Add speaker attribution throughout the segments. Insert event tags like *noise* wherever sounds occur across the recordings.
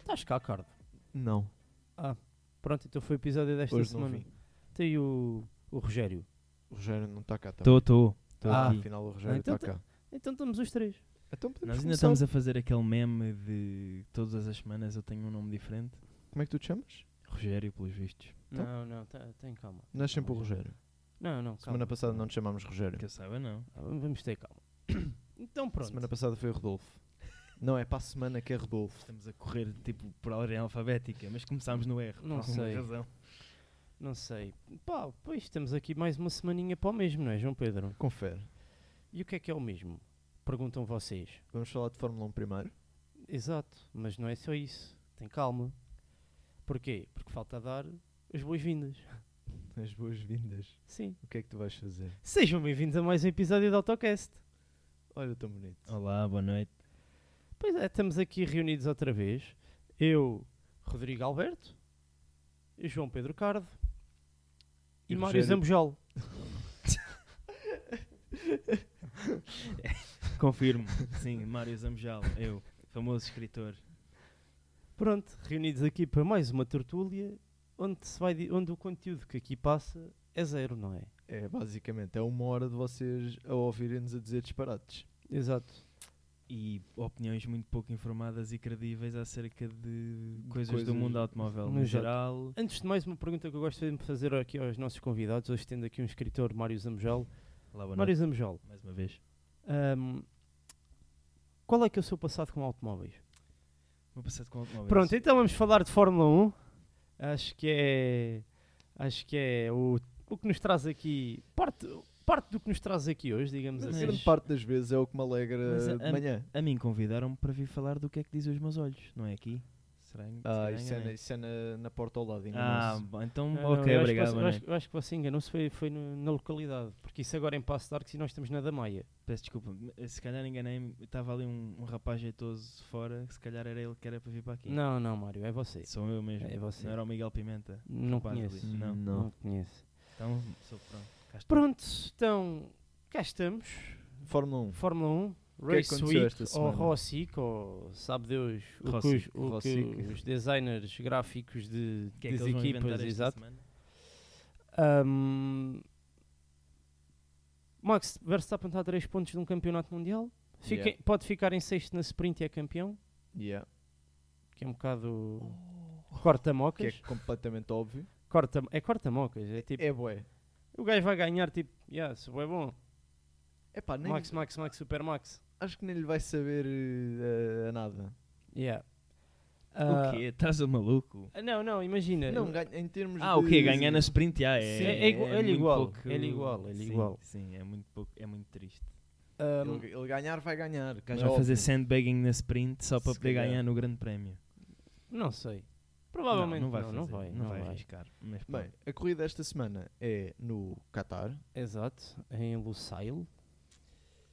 Speaker 1: Estás cá, Cardo.
Speaker 2: Não.
Speaker 1: Pronto, então foi o episódio desta
Speaker 2: Hoje não
Speaker 1: semana.
Speaker 2: vim.
Speaker 1: Tem o, o Rogério.
Speaker 2: O Rogério não está cá também.
Speaker 3: Estou, estou. Estou
Speaker 1: Ah,
Speaker 3: aqui.
Speaker 2: Afinal, o Rogério está
Speaker 1: Então
Speaker 2: cá.
Speaker 1: Então estamos os três.
Speaker 2: Então podemos
Speaker 3: Nós ainda
Speaker 2: começar.
Speaker 3: estamos a fazer aquele meme de todas as semanas eu tenho um nome diferente.
Speaker 2: Como é que tu te chamas?
Speaker 3: Rogério, pelos vistos.
Speaker 2: Então?
Speaker 1: Não, não, tá, tem calma.
Speaker 2: Não és sempre o Rogério.
Speaker 1: Não, não, calma.
Speaker 2: Semana passada não te chamámos Rogério.
Speaker 3: Que eu saiba, não.
Speaker 1: Ah, Vamos ter calma. *coughs* Então pronto.
Speaker 2: Semana passada foi o Rodolfo. Não, é para a semana que é Rodolfo.
Speaker 3: Estamos a correr tipo por ordem alfabética, mas começámos no R.
Speaker 1: Não
Speaker 3: por alguma
Speaker 1: sei.
Speaker 3: razão.
Speaker 1: Não sei. Pá, pois estamos aqui mais uma semaninha para o mesmo, não é, João Pedro?
Speaker 2: Confere.
Speaker 1: E o que é que é o mesmo? Perguntam vocês.
Speaker 2: Vamos falar de Fórmula 1 primeiro.
Speaker 1: Exato, mas não é só isso. Tem calma. Porquê? Porque falta dar as boas-vindas.
Speaker 2: As boas-vindas.
Speaker 1: Sim.
Speaker 2: O que é que tu vais fazer?
Speaker 1: Sejam bem-vindos a mais um episódio do AutoCast.
Speaker 2: Olha, tão bonito.
Speaker 3: Olá, boa noite.
Speaker 1: Pois é, estamos aqui reunidos outra vez. Eu, Rodrigo Alberto, João Pedro Cardo e,
Speaker 2: E
Speaker 1: Mário
Speaker 2: Rogério.
Speaker 1: Zambojal.
Speaker 3: Confirmo. *laughs* Sim, Mário Zambojal, eu, famoso escritor.
Speaker 1: Pronto, reunidos aqui para mais uma tertúlia onde, se vai di- onde o conteúdo que aqui passa é zero, não é?
Speaker 2: É, basicamente, é uma hora de vocês a ouvirem-nos a dizer disparates.
Speaker 1: Exato.
Speaker 3: E opiniões muito pouco informadas e credíveis acerca de coisas,
Speaker 2: coisas-
Speaker 3: do mundo automóvel
Speaker 1: no
Speaker 3: no geral.
Speaker 1: Antes de mais, uma pergunta que eu gosto de fazer aqui aos nossos convidados. Hoje tendo aqui um escritor, Mário Zambojal.
Speaker 3: Olá, boa
Speaker 1: Mário
Speaker 3: noite.
Speaker 1: Zambojal,
Speaker 3: Mais uma vez.
Speaker 1: ahm, qual é que é o seu passado com automóveis?
Speaker 3: Vou passar com automóveis.
Speaker 1: Pronto, então vamos falar de Fórmula 1. Acho que é, acho que é o, o que nos traz aqui, parte, parte do que nos traz aqui hoje, digamos
Speaker 2: Mas
Speaker 1: assim.
Speaker 2: grande parte das vezes é o que me alegra
Speaker 3: Mas a-
Speaker 2: de
Speaker 3: a-
Speaker 2: manhã.
Speaker 3: A mim convidaram-me para vir falar do que é que dizem os meus olhos, não é aqui? Será se
Speaker 2: Ah,
Speaker 3: calhar
Speaker 2: isso é, na,
Speaker 3: enganei.
Speaker 2: isso é na, na porta ao lado, ainda
Speaker 3: Ah,
Speaker 2: não
Speaker 3: bom, então,
Speaker 1: Ah, não, eu acho
Speaker 3: ok,
Speaker 1: que
Speaker 3: obrigado.
Speaker 1: você-
Speaker 3: boa
Speaker 1: eu, acho,
Speaker 3: noite.
Speaker 1: eu acho que você enganou-se, foi, foi no- na localidade, porque isso agora é em Passo de Arcos e nós estamos na da Maia.
Speaker 3: Peço desculpa, me- se calhar enganei-me. Estava ali um, um rapaz jeitoso fora, que se calhar era ele que era para vir para aqui.
Speaker 1: Não, não, Mário, é você.
Speaker 3: Sou eu mesmo.
Speaker 1: É você.
Speaker 3: Não era o Miguel Pimenta.
Speaker 1: Não
Speaker 3: rapaz ali.
Speaker 1: conheço.
Speaker 3: Hum. Não.
Speaker 1: Não. conheço.
Speaker 3: Então, sou pronto. cá estou.
Speaker 1: Pronto, então cá estamos.
Speaker 2: Fórmula 1.
Speaker 1: Fórmula 1,
Speaker 2: que é que
Speaker 1: Race
Speaker 2: aconteceu
Speaker 1: Week,
Speaker 2: esta
Speaker 1: ou
Speaker 2: semana?
Speaker 1: Rossic, ou sabe Deus o que, os,
Speaker 3: Rossic,
Speaker 1: o que
Speaker 2: Rossic.
Speaker 1: os designers gráficos de,
Speaker 3: O que é que
Speaker 1: das
Speaker 3: eles vão inventar
Speaker 1: equipas,
Speaker 3: esta
Speaker 1: exato.
Speaker 3: semana?
Speaker 1: Ahm, Max Verstappen está a 3 pontos de um campeonato mundial. Fica-
Speaker 2: Yeah.
Speaker 1: Pode ficar em sexto na sprint e é campeão,
Speaker 2: Yeah.
Speaker 1: que é um bocado
Speaker 2: Que é
Speaker 1: corta-mocas.
Speaker 2: completamente óbvio.
Speaker 1: Corta, é corta-mocas, é tipo,
Speaker 2: É bué.
Speaker 1: o gajo vai ganhar, tipo, yeah, se é bom,
Speaker 2: É pá, nem,
Speaker 1: Max, Max, Max, Super Max.
Speaker 2: acho que nem lhe vai saber eh, a- a nada.
Speaker 1: Yeah.
Speaker 3: O quê? Estás a maluco?
Speaker 1: Ah, Não, não, imagina.
Speaker 2: Não, um ganha- em termos
Speaker 3: É. Ah,
Speaker 2: de...
Speaker 3: o quê? Ganhar na sprint? Ah, é,
Speaker 1: Sim, é igua- ele
Speaker 3: muito
Speaker 1: igual,
Speaker 3: pouco-
Speaker 1: ele igual, ele
Speaker 3: Sim,
Speaker 1: igual.
Speaker 3: Sim, é muito, pouco, é muito triste.
Speaker 1: Ahm,
Speaker 2: Ele, ele ganhar vai ganhar.
Speaker 3: O
Speaker 2: como
Speaker 3: gajo vai
Speaker 2: é
Speaker 3: fazer
Speaker 2: óbvio.
Speaker 3: sandbagging na sprint só para
Speaker 2: Se
Speaker 3: poder
Speaker 2: calhar.
Speaker 3: ganhar no grande prémio.
Speaker 1: não sei. Provavelmente não,
Speaker 3: não, vai
Speaker 1: não
Speaker 3: fazer,
Speaker 1: vai.
Speaker 3: não vai arriscar. Mas
Speaker 2: Bem,
Speaker 3: pronto.
Speaker 2: a corrida esta semana é no Qatar.
Speaker 1: Exato, em Lusail.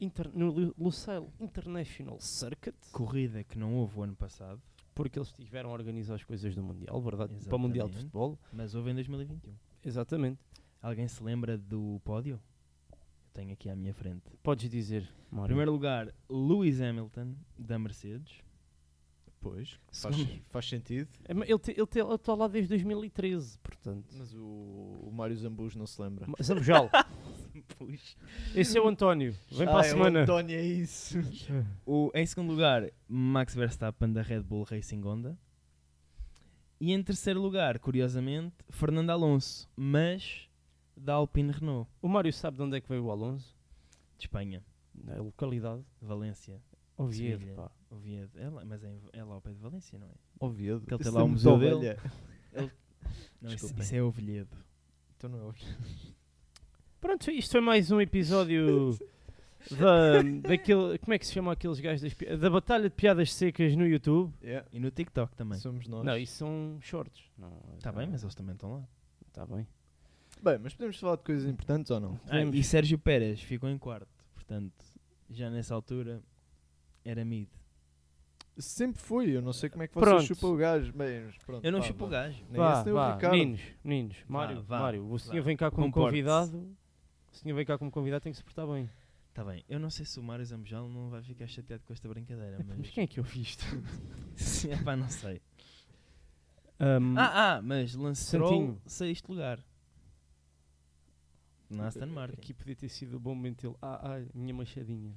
Speaker 1: Inter- no Lu- Lusail International Circuit.
Speaker 3: corrida que não houve o ano passado,
Speaker 1: Porque eles tiveram a organizar as coisas do Mundial, verdade? Para o Mundial de
Speaker 3: Exatamente.
Speaker 1: Futebol.
Speaker 3: mas houve em 2021.
Speaker 1: Exatamente.
Speaker 3: Alguém se lembra do pódio? Eu tenho aqui à minha frente.
Speaker 1: Podes dizer,
Speaker 3: Em
Speaker 1: Mário.
Speaker 3: primeiro lugar, Lewis Hamilton, da Mercedes.
Speaker 2: Pois. Faz,
Speaker 3: Segundo-
Speaker 2: faz sentido.
Speaker 1: É, mas Ele te- ele te- ele está lá desde 2013, portanto.
Speaker 2: Mas o, o Mário Zambus não se lembra.
Speaker 1: Ma- Zambojal,
Speaker 3: Puxa.
Speaker 1: esse é o António. Vem para
Speaker 2: Ah,
Speaker 1: a
Speaker 2: é o
Speaker 1: semana.
Speaker 2: António, é
Speaker 3: *laughs*
Speaker 2: isso.
Speaker 3: O, em segundo lugar, Max Verstappen, da Red Bull Racing Honda. E em terceiro lugar, curiosamente, Fernando Alonso, mas da Alpine Renault,
Speaker 1: O Mário sabe de onde é que veio o Alonso?
Speaker 3: de Espanha,
Speaker 1: Na localidade.
Speaker 3: Valência.
Speaker 1: Oviedo,
Speaker 3: Sevilha.
Speaker 1: pá.
Speaker 3: Oviedo. É lá, mas é, em- é lá ao pé de Valência, não é?
Speaker 2: Oviedo.
Speaker 3: Aquele
Speaker 2: Esse
Speaker 3: tem lá o
Speaker 2: nome
Speaker 3: museu
Speaker 2: de
Speaker 3: dele.
Speaker 2: ovelha.
Speaker 3: Não, isso,
Speaker 2: Desculpem.
Speaker 3: isso é Ovilhedo.
Speaker 2: Então não é
Speaker 3: *laughs*
Speaker 2: Oviedo.
Speaker 1: Pronto, isto foi mais um episódio da, daquele. Como é que se chama aqueles gajos das, pi- da Batalha de Piadas Secas no YouTube?
Speaker 2: Yeah.
Speaker 3: E no TikTok também.
Speaker 2: Somos nós.
Speaker 1: Não, isso são shorts. Não,
Speaker 3: Está Tá bem, mas eles também estão lá.
Speaker 1: Está bem.
Speaker 2: Bem, mas podemos falar de coisas importantes ou não?
Speaker 3: Ah,
Speaker 1: Vamos.
Speaker 3: e Sérgio Pérez ficou em quarto. Portanto, já nessa altura era mid.
Speaker 2: Sempre foi, eu não sei como é que vocês
Speaker 1: Pronto.
Speaker 2: chupam o gajo. Bem, mas pronto,
Speaker 3: Eu não
Speaker 2: vá,
Speaker 3: chupo o
Speaker 2: vá.
Speaker 3: gajo.
Speaker 2: Nem
Speaker 1: Vá,
Speaker 2: esse, nem o
Speaker 1: é vá,
Speaker 2: Ricardo.
Speaker 1: meninos, meninos, Mário,
Speaker 3: vá,
Speaker 1: Mário, o senhor
Speaker 3: vá.
Speaker 1: vem cá como
Speaker 3: Comporte-se.
Speaker 1: convidado. O senhor vem cá como convidado, tem que se portar bem.
Speaker 3: Está Tá bem. Eu não sei se o Mário
Speaker 2: *laughs* é
Speaker 3: Zambojal não vai ficar chateado com esta brincadeira.
Speaker 1: Epá, *laughs*
Speaker 3: Mas,
Speaker 1: Mas quem é que eu vi isto?
Speaker 3: Sim, *laughs* epá, não sei.
Speaker 2: Hum.
Speaker 1: Um,
Speaker 3: Ah, ah, mas Lance Stroll,
Speaker 1: Santinho.
Speaker 3: sexto lugar. Na Aston Martin.
Speaker 1: Aqui podia ter sido o bom momento ele. Ah, ai, minha machadinha.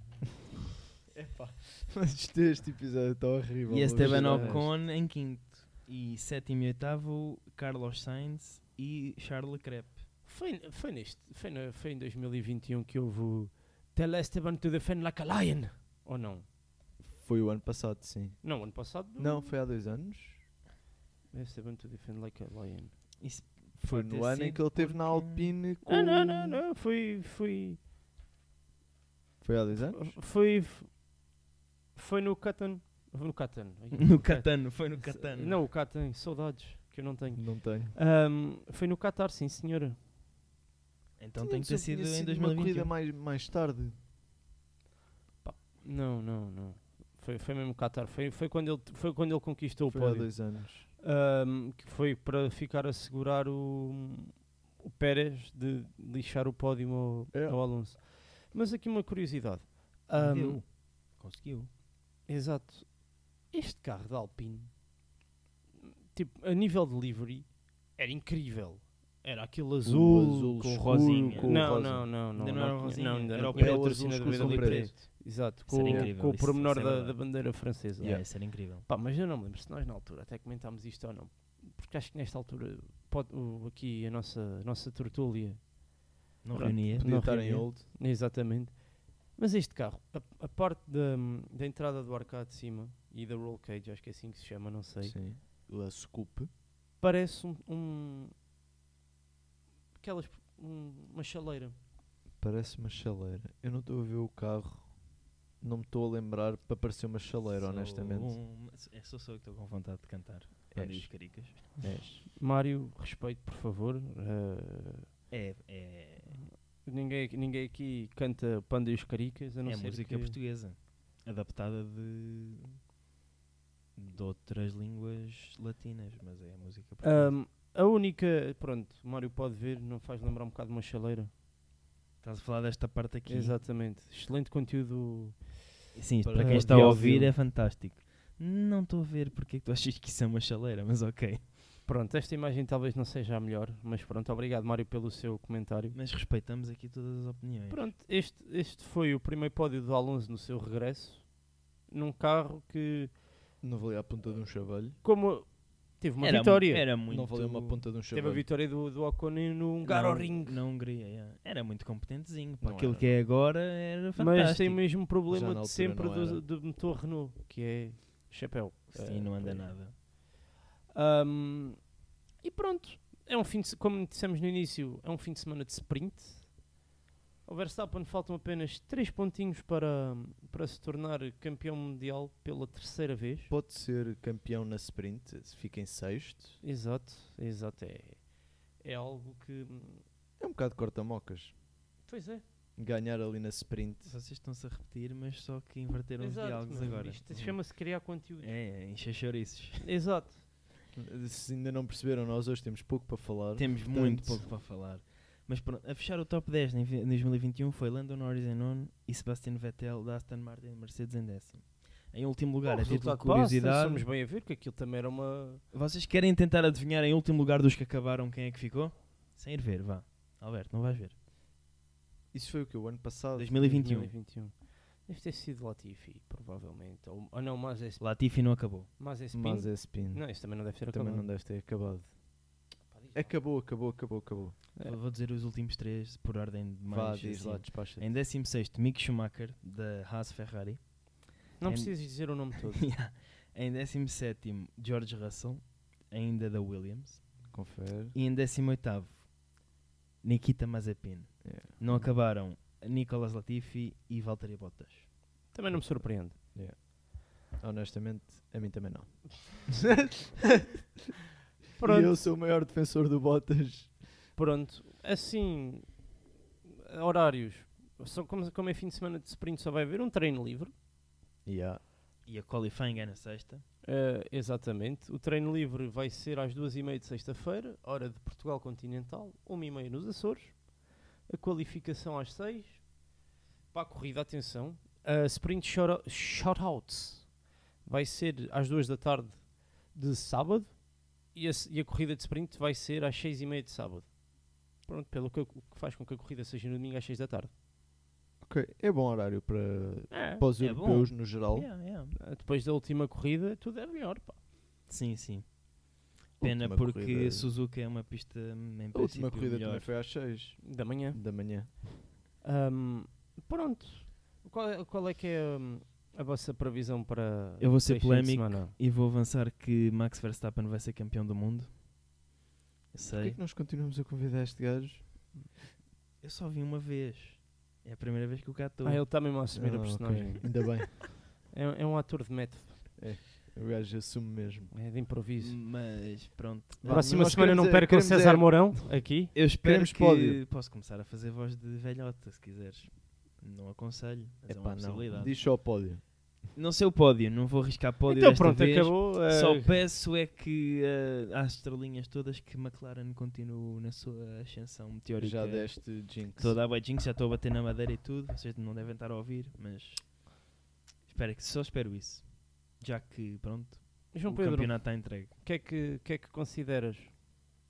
Speaker 1: Epá.
Speaker 2: Mas isto- este episódio está horrível.
Speaker 3: E
Speaker 2: hoje,
Speaker 3: Esteban
Speaker 2: não é?
Speaker 3: Ocon em quinto. E sétimo e oitavo, Carlos Sainz e Charles Leclerc.
Speaker 1: Foi, foi, neste, foi, no- foi em 2021 que houve o Tell Esteban to defend like a lion. Ou não?
Speaker 2: Foi o ano passado, sim.
Speaker 1: Não, ano passado.
Speaker 2: Não, foi há dois anos.
Speaker 1: Esteban to defend like a lion.
Speaker 3: Isso
Speaker 2: Foi
Speaker 3: pode
Speaker 2: no
Speaker 3: ter
Speaker 2: ano em
Speaker 3: sido
Speaker 2: que ele teve na
Speaker 3: porque-
Speaker 2: Alpine com...
Speaker 1: Ah, não, não, não. Foi. Foi.
Speaker 2: Foi há dois anos?
Speaker 1: Foi. Foi no Catan. No Catan.
Speaker 2: *laughs*
Speaker 3: *laughs* No Catano, foi no Catano.
Speaker 1: Não, o Catan. Saudades que eu não tenho.
Speaker 2: Não Oh, tenho.
Speaker 1: Ahm, foi no Qatar, sim, senhora.
Speaker 3: Então
Speaker 2: Tinha
Speaker 3: tem
Speaker 2: de
Speaker 3: que ter
Speaker 2: ser-
Speaker 3: sido
Speaker 2: tinha
Speaker 3: em
Speaker 2: Uma corrida
Speaker 3: 2021.
Speaker 2: mais, mais tarde.
Speaker 1: Não, não, não. Foi, foi mesmo Qatar. Foi, foi, quando ele, foi quando ele conquistou
Speaker 2: Foi
Speaker 1: o
Speaker 2: há
Speaker 1: pódio.
Speaker 2: dois anos.
Speaker 1: Ahm, que foi para ficar a segurar o, o Pérez de lixar o pódio ao,
Speaker 2: É.
Speaker 1: ao Alonso. Mas aqui uma curiosidade. Um,
Speaker 3: Mas
Speaker 1: Ahm,
Speaker 3: deu. Conseguiu.
Speaker 1: exato. Este carro da Alpine, tipo, a nível delivery, era incrível. Era aquele azul,
Speaker 2: azul
Speaker 1: Uh, com
Speaker 2: escuro,
Speaker 1: rosinha.
Speaker 3: com o
Speaker 1: não,
Speaker 2: rosa.
Speaker 1: não, não, não,
Speaker 3: Ainda não era o rosinha,
Speaker 1: ainda
Speaker 3: era o
Speaker 1: tinha
Speaker 3: preto,
Speaker 1: patrocínio
Speaker 2: azul
Speaker 1: da
Speaker 2: escuro com
Speaker 1: Bebida
Speaker 2: preto.
Speaker 1: Preto. Exato,
Speaker 3: Isso era
Speaker 1: com,
Speaker 3: incrível,
Speaker 1: com o
Speaker 3: isso-
Speaker 1: pormenor
Speaker 3: isso é
Speaker 1: da, da
Speaker 3: verdade.
Speaker 1: bandeira francesa.
Speaker 3: Yeah, Isso era incrível.
Speaker 1: Pá, mas eu não me lembro se nós na altura até comentámos isto ou não. Porque acho que nesta altura, pode, o- aqui a nossa, a nossa tertúlia,
Speaker 3: Não
Speaker 1: Pronto.
Speaker 3: reunia.
Speaker 2: Podia
Speaker 1: Não
Speaker 2: estar em
Speaker 1: reunia.
Speaker 2: old.
Speaker 1: exatamente. Mas este carro, a, a parte da, da entrada do arcade de cima e da roll cage, acho que é assim que se chama, não sei,
Speaker 2: Sim. A Scoop.
Speaker 1: parece um. um- aquelas. um- uma chaleira.
Speaker 2: Parece uma chaleira. Eu não estou a ver o carro. Não me estou a lembrar para parecer uma chaleira,
Speaker 3: Sou
Speaker 2: honestamente.
Speaker 3: um- É só sou eu que estou com vontade de cantar.
Speaker 2: És.
Speaker 3: Andy e os caricas.
Speaker 2: É.
Speaker 1: Mário, respeito, por favor. eh,
Speaker 3: É, é,
Speaker 1: ninguém, aqui- ninguém aqui canta Panda e os Caricas, a não
Speaker 3: é
Speaker 1: ser
Speaker 3: música
Speaker 1: que-
Speaker 3: portuguesa adaptada de de outras línguas latinas mas é música portuguesa
Speaker 1: Ahm, a única, pronto, o Mário pode ver, não faz lembrar um bocado uma chaleira.
Speaker 3: estás a falar desta parte aqui
Speaker 1: Exatamente. Excelente conteúdo.
Speaker 3: sim isto
Speaker 2: Para
Speaker 3: para quem
Speaker 2: quem
Speaker 3: está a
Speaker 2: podia
Speaker 3: ouvir
Speaker 2: ouvi-lo.
Speaker 3: é fantástico não estou a ver porque é que tu achas que isso é uma chaleira mas ok
Speaker 1: Pronto, esta imagem talvez não seja a melhor, mas pronto, obrigado Mário pelo seu comentário.
Speaker 3: mas respeitamos aqui todas as opiniões
Speaker 1: Pronto, este, este foi o primeiro pódio do Alonso no seu regresso, num carro que,
Speaker 2: Não valia a ponta de um chavalho.
Speaker 1: como teve uma
Speaker 3: era, mu-
Speaker 1: vitória,
Speaker 3: era muito
Speaker 2: Não valia uma ponta de um chavalho.
Speaker 1: teve a vitória do, do Ocon no
Speaker 3: Não,
Speaker 1: Hungaroring,
Speaker 3: na Hungria yeah. era muito competentezinho para
Speaker 2: Não
Speaker 3: aquilo
Speaker 2: era.
Speaker 3: que é agora era
Speaker 1: mas tem o
Speaker 3: fantástico
Speaker 1: mesmo
Speaker 2: Já
Speaker 1: problema
Speaker 2: na
Speaker 1: de
Speaker 2: altura
Speaker 1: sempre
Speaker 2: não
Speaker 1: do,
Speaker 2: era.
Speaker 1: do motor Renault, que é chapéu.
Speaker 3: sim não
Speaker 1: Eh,
Speaker 3: anda
Speaker 1: por aí.
Speaker 3: nada
Speaker 1: Um, e pronto, é um fim de, se- como dissemos no início, é um fim de semana de sprint. Ao Verstappen faltam apenas 3 pontinhos para, para se tornar campeão mundial pela terceira vez.
Speaker 2: Pode ser campeão na sprint, se fica em sexto.
Speaker 1: Exato, exato. É, é algo que. hum,
Speaker 2: É um bocado corta-mocas.
Speaker 1: Pois é,
Speaker 2: Ganhar ali na sprint.
Speaker 3: vocês estão-se a repetir mas só que inverteram os
Speaker 1: exato.
Speaker 3: diálogos
Speaker 1: meu,
Speaker 3: agora
Speaker 1: Isto chama-se criar conteúdo.
Speaker 3: É, encher chouriços.
Speaker 1: Exato.
Speaker 2: Se ainda não perceberam, nós hoje temos pouco para falar.
Speaker 3: Temos muito pouco para falar. Mas pronto, a fechar o top 10 em vi- em 2021 foi Lando Norris em nono e Sebastian Vettel da Aston Martin e Mercedes em décimo. Em último lugar,
Speaker 1: Bom,
Speaker 3: a título de
Speaker 1: resultado passa,
Speaker 3: é curiosidade,
Speaker 1: Somos bem a ver que aquilo também era uma.
Speaker 3: vocês querem tentar adivinhar em último lugar dos que acabaram quem é que ficou? Sem ir ver, vá. Alberto, não vais ver.
Speaker 2: Isso foi o que? O ano passado?
Speaker 3: 2021.
Speaker 1: 2021. Deve ter sido Latifi, provavelmente. Ou, ou não, mas é,
Speaker 3: Latifi não acabou.
Speaker 1: mas é
Speaker 2: Mas é spin.
Speaker 1: Não, isso também não deve ser
Speaker 2: Também
Speaker 1: acabado.
Speaker 2: não deve ter acabado. Acabou, acabou, acabou, acabou.
Speaker 1: É.
Speaker 3: Vou dizer os últimos três por ordem de mais.
Speaker 2: Vá, diz
Speaker 3: assim.
Speaker 2: lá, despacha.
Speaker 3: Em 16 Mick Schumacher da Haas Ferrari.
Speaker 2: *laughs*
Speaker 1: Não
Speaker 3: Em-
Speaker 1: precisas dizer o nome todo.
Speaker 3: Yeah. Em 17, George Russell, ainda da Williams.
Speaker 2: Confere.
Speaker 3: E em 18, Nikita Mazepin.
Speaker 2: Yeah.
Speaker 3: Não acabaram Nicolas Latifi e Valtteri Bottas.
Speaker 1: Também não me
Speaker 2: *laughs*
Speaker 1: surpreende.
Speaker 2: Honestamente, a mim também não.
Speaker 1: Pronto,
Speaker 2: E eu sou o maior defensor do Bottas.
Speaker 1: pronto. Assim, horários. Só como, como é fim de semana de sprint, só vai haver um treino livre.
Speaker 2: Yeah.
Speaker 3: E a qualifying é na sexta.
Speaker 1: Eh, exatamente. O treino livre vai ser às duas e meia de sexta-feira, hora de Portugal Continental, uma e meia nos Açores. A qualificação às seis. Para a corrida, atenção. A sprint short- shotouts vai ser às duas da tarde de sábado e a, e a corrida de sprint vai ser às 6h30 de sábado. Pronto, pelo que, o que faz com que a corrida seja no domingo às 6 da tarde.
Speaker 2: Ok, é bom horário para,
Speaker 1: É.
Speaker 2: para os
Speaker 3: é
Speaker 2: europeus no geral.
Speaker 3: Yeah, yeah.
Speaker 1: Depois da última corrida, tudo é melhor. Pá.
Speaker 3: Sim, sim. Pena
Speaker 2: Última
Speaker 3: porque
Speaker 2: corrida-
Speaker 3: Suzuka é uma pista em
Speaker 2: A última
Speaker 3: princípio
Speaker 2: corrida também
Speaker 3: melhor.
Speaker 2: foi às 6
Speaker 1: Da manhã.
Speaker 2: da manhã.
Speaker 1: Ahm, pronto. Qual é, qual é que é hum, a vossa previsão para.
Speaker 3: Eu vou ser
Speaker 1: para este fim de
Speaker 3: polémico.
Speaker 1: semana?
Speaker 3: E vou avançar que Max Verstappen vai ser campeão do mundo. Eu
Speaker 2: Porquê
Speaker 3: sei.
Speaker 2: que nós continuamos a convidar este gajo?
Speaker 3: Eu só vi uma vez. É a primeira vez que eu cá estou.
Speaker 1: Ah, ele está mesmo a assumir a
Speaker 2: Ah, ok,
Speaker 1: personagem.
Speaker 2: *laughs* Ainda bem.
Speaker 1: É, é um ator de método,
Speaker 2: O gajo assume mesmo.
Speaker 1: é de improviso.
Speaker 3: Hum, Mas pronto.
Speaker 2: Vá,
Speaker 1: Próxima
Speaker 2: nós
Speaker 1: semana
Speaker 2: queremos
Speaker 1: não
Speaker 2: é-
Speaker 1: perca o
Speaker 2: queremos
Speaker 1: César
Speaker 2: é-
Speaker 1: Mourão aqui.
Speaker 3: Eu espero
Speaker 2: Queremos
Speaker 3: que
Speaker 2: pódio.
Speaker 3: posso começar a fazer voz de velhota, se quiseres. Não aconselho, mas é
Speaker 2: Epá,
Speaker 3: uma
Speaker 2: não.
Speaker 3: possibilidade.
Speaker 2: Diz só ao pódio.
Speaker 3: Não sei o pódio, não vou arriscar pódio
Speaker 1: então
Speaker 3: desta
Speaker 1: pronto,
Speaker 3: vez.
Speaker 1: acabou.
Speaker 3: Só
Speaker 1: eh,
Speaker 3: peço é que eh, às estrelinhas todas que McLaren continue na sua ascensão meteórica.
Speaker 1: é.
Speaker 2: Já deste jinx.
Speaker 3: Estou a dar bué jinx, já estou a bater na madeira e tudo. Vocês não devem estar a ouvir, mas espero que só espero isso. Já que pronto,
Speaker 1: João
Speaker 3: o
Speaker 1: Pedro,
Speaker 3: campeonato está entregue.
Speaker 1: o que, é que, o que é que consideras?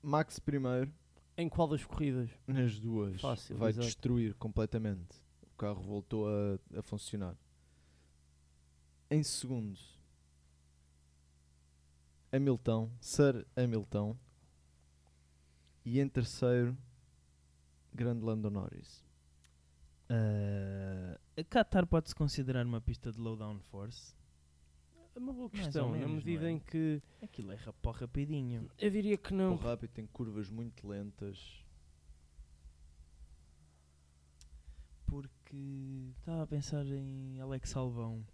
Speaker 2: Max primeiro,
Speaker 1: Em qual das corridas?
Speaker 2: nas duas,
Speaker 1: Fácil,
Speaker 2: vai
Speaker 1: exato.
Speaker 2: destruir completamente. O carro voltou a, a funcionar. Em segundo, Hamilton, Sir Hamilton. E em terceiro, grande Lando Norris.
Speaker 3: Ah, a Qatar pode-se considerar uma pista de low down force.
Speaker 1: É uma boa
Speaker 3: Mais ou
Speaker 1: questão, na
Speaker 3: menos, não
Speaker 1: medida
Speaker 3: é?
Speaker 1: em que
Speaker 3: Aquilo é rapó rapidinho.
Speaker 1: eu diria que
Speaker 2: O
Speaker 1: não.
Speaker 2: rápido tem curvas muito lentas.
Speaker 3: Porque estava a pensar em Alex Alvão.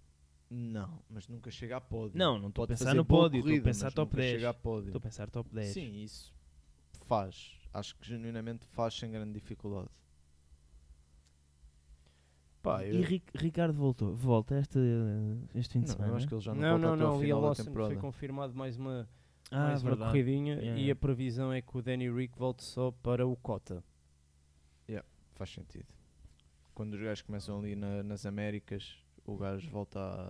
Speaker 2: Não, mas nunca chega a pódio.
Speaker 3: Não, não estou a
Speaker 2: Pode
Speaker 3: pensar
Speaker 2: fazer
Speaker 3: no
Speaker 2: boa
Speaker 3: pódio, estou a
Speaker 2: corrida,
Speaker 3: pensar
Speaker 2: mas
Speaker 3: top
Speaker 2: nunca chega a
Speaker 3: 10.
Speaker 2: pódio.
Speaker 3: Estou a pensar top 10.
Speaker 2: Sim, isso faz. Acho que genuinamente faz sem grande dificuldade.
Speaker 1: Pá,
Speaker 3: E
Speaker 1: eu-
Speaker 3: Ri- Ricardo voltou, volta este, este fim de
Speaker 2: Não, é?
Speaker 3: semana.
Speaker 2: eu acho que ele já não,
Speaker 1: Não,
Speaker 2: volta
Speaker 1: não,
Speaker 2: até ao
Speaker 1: não, e a
Speaker 2: final da
Speaker 1: Lawson foi
Speaker 2: temporada.
Speaker 1: confirmado mais uma,
Speaker 3: ah,
Speaker 1: mais uma
Speaker 3: verdade.
Speaker 1: corridinha
Speaker 3: Yeah,
Speaker 1: e a
Speaker 3: yeah.
Speaker 1: previsão é que o Danny Rick volte só para o Cota.
Speaker 2: Faz sentido. Quando os gajos começam ali na- nas Américas, o gajo volta a,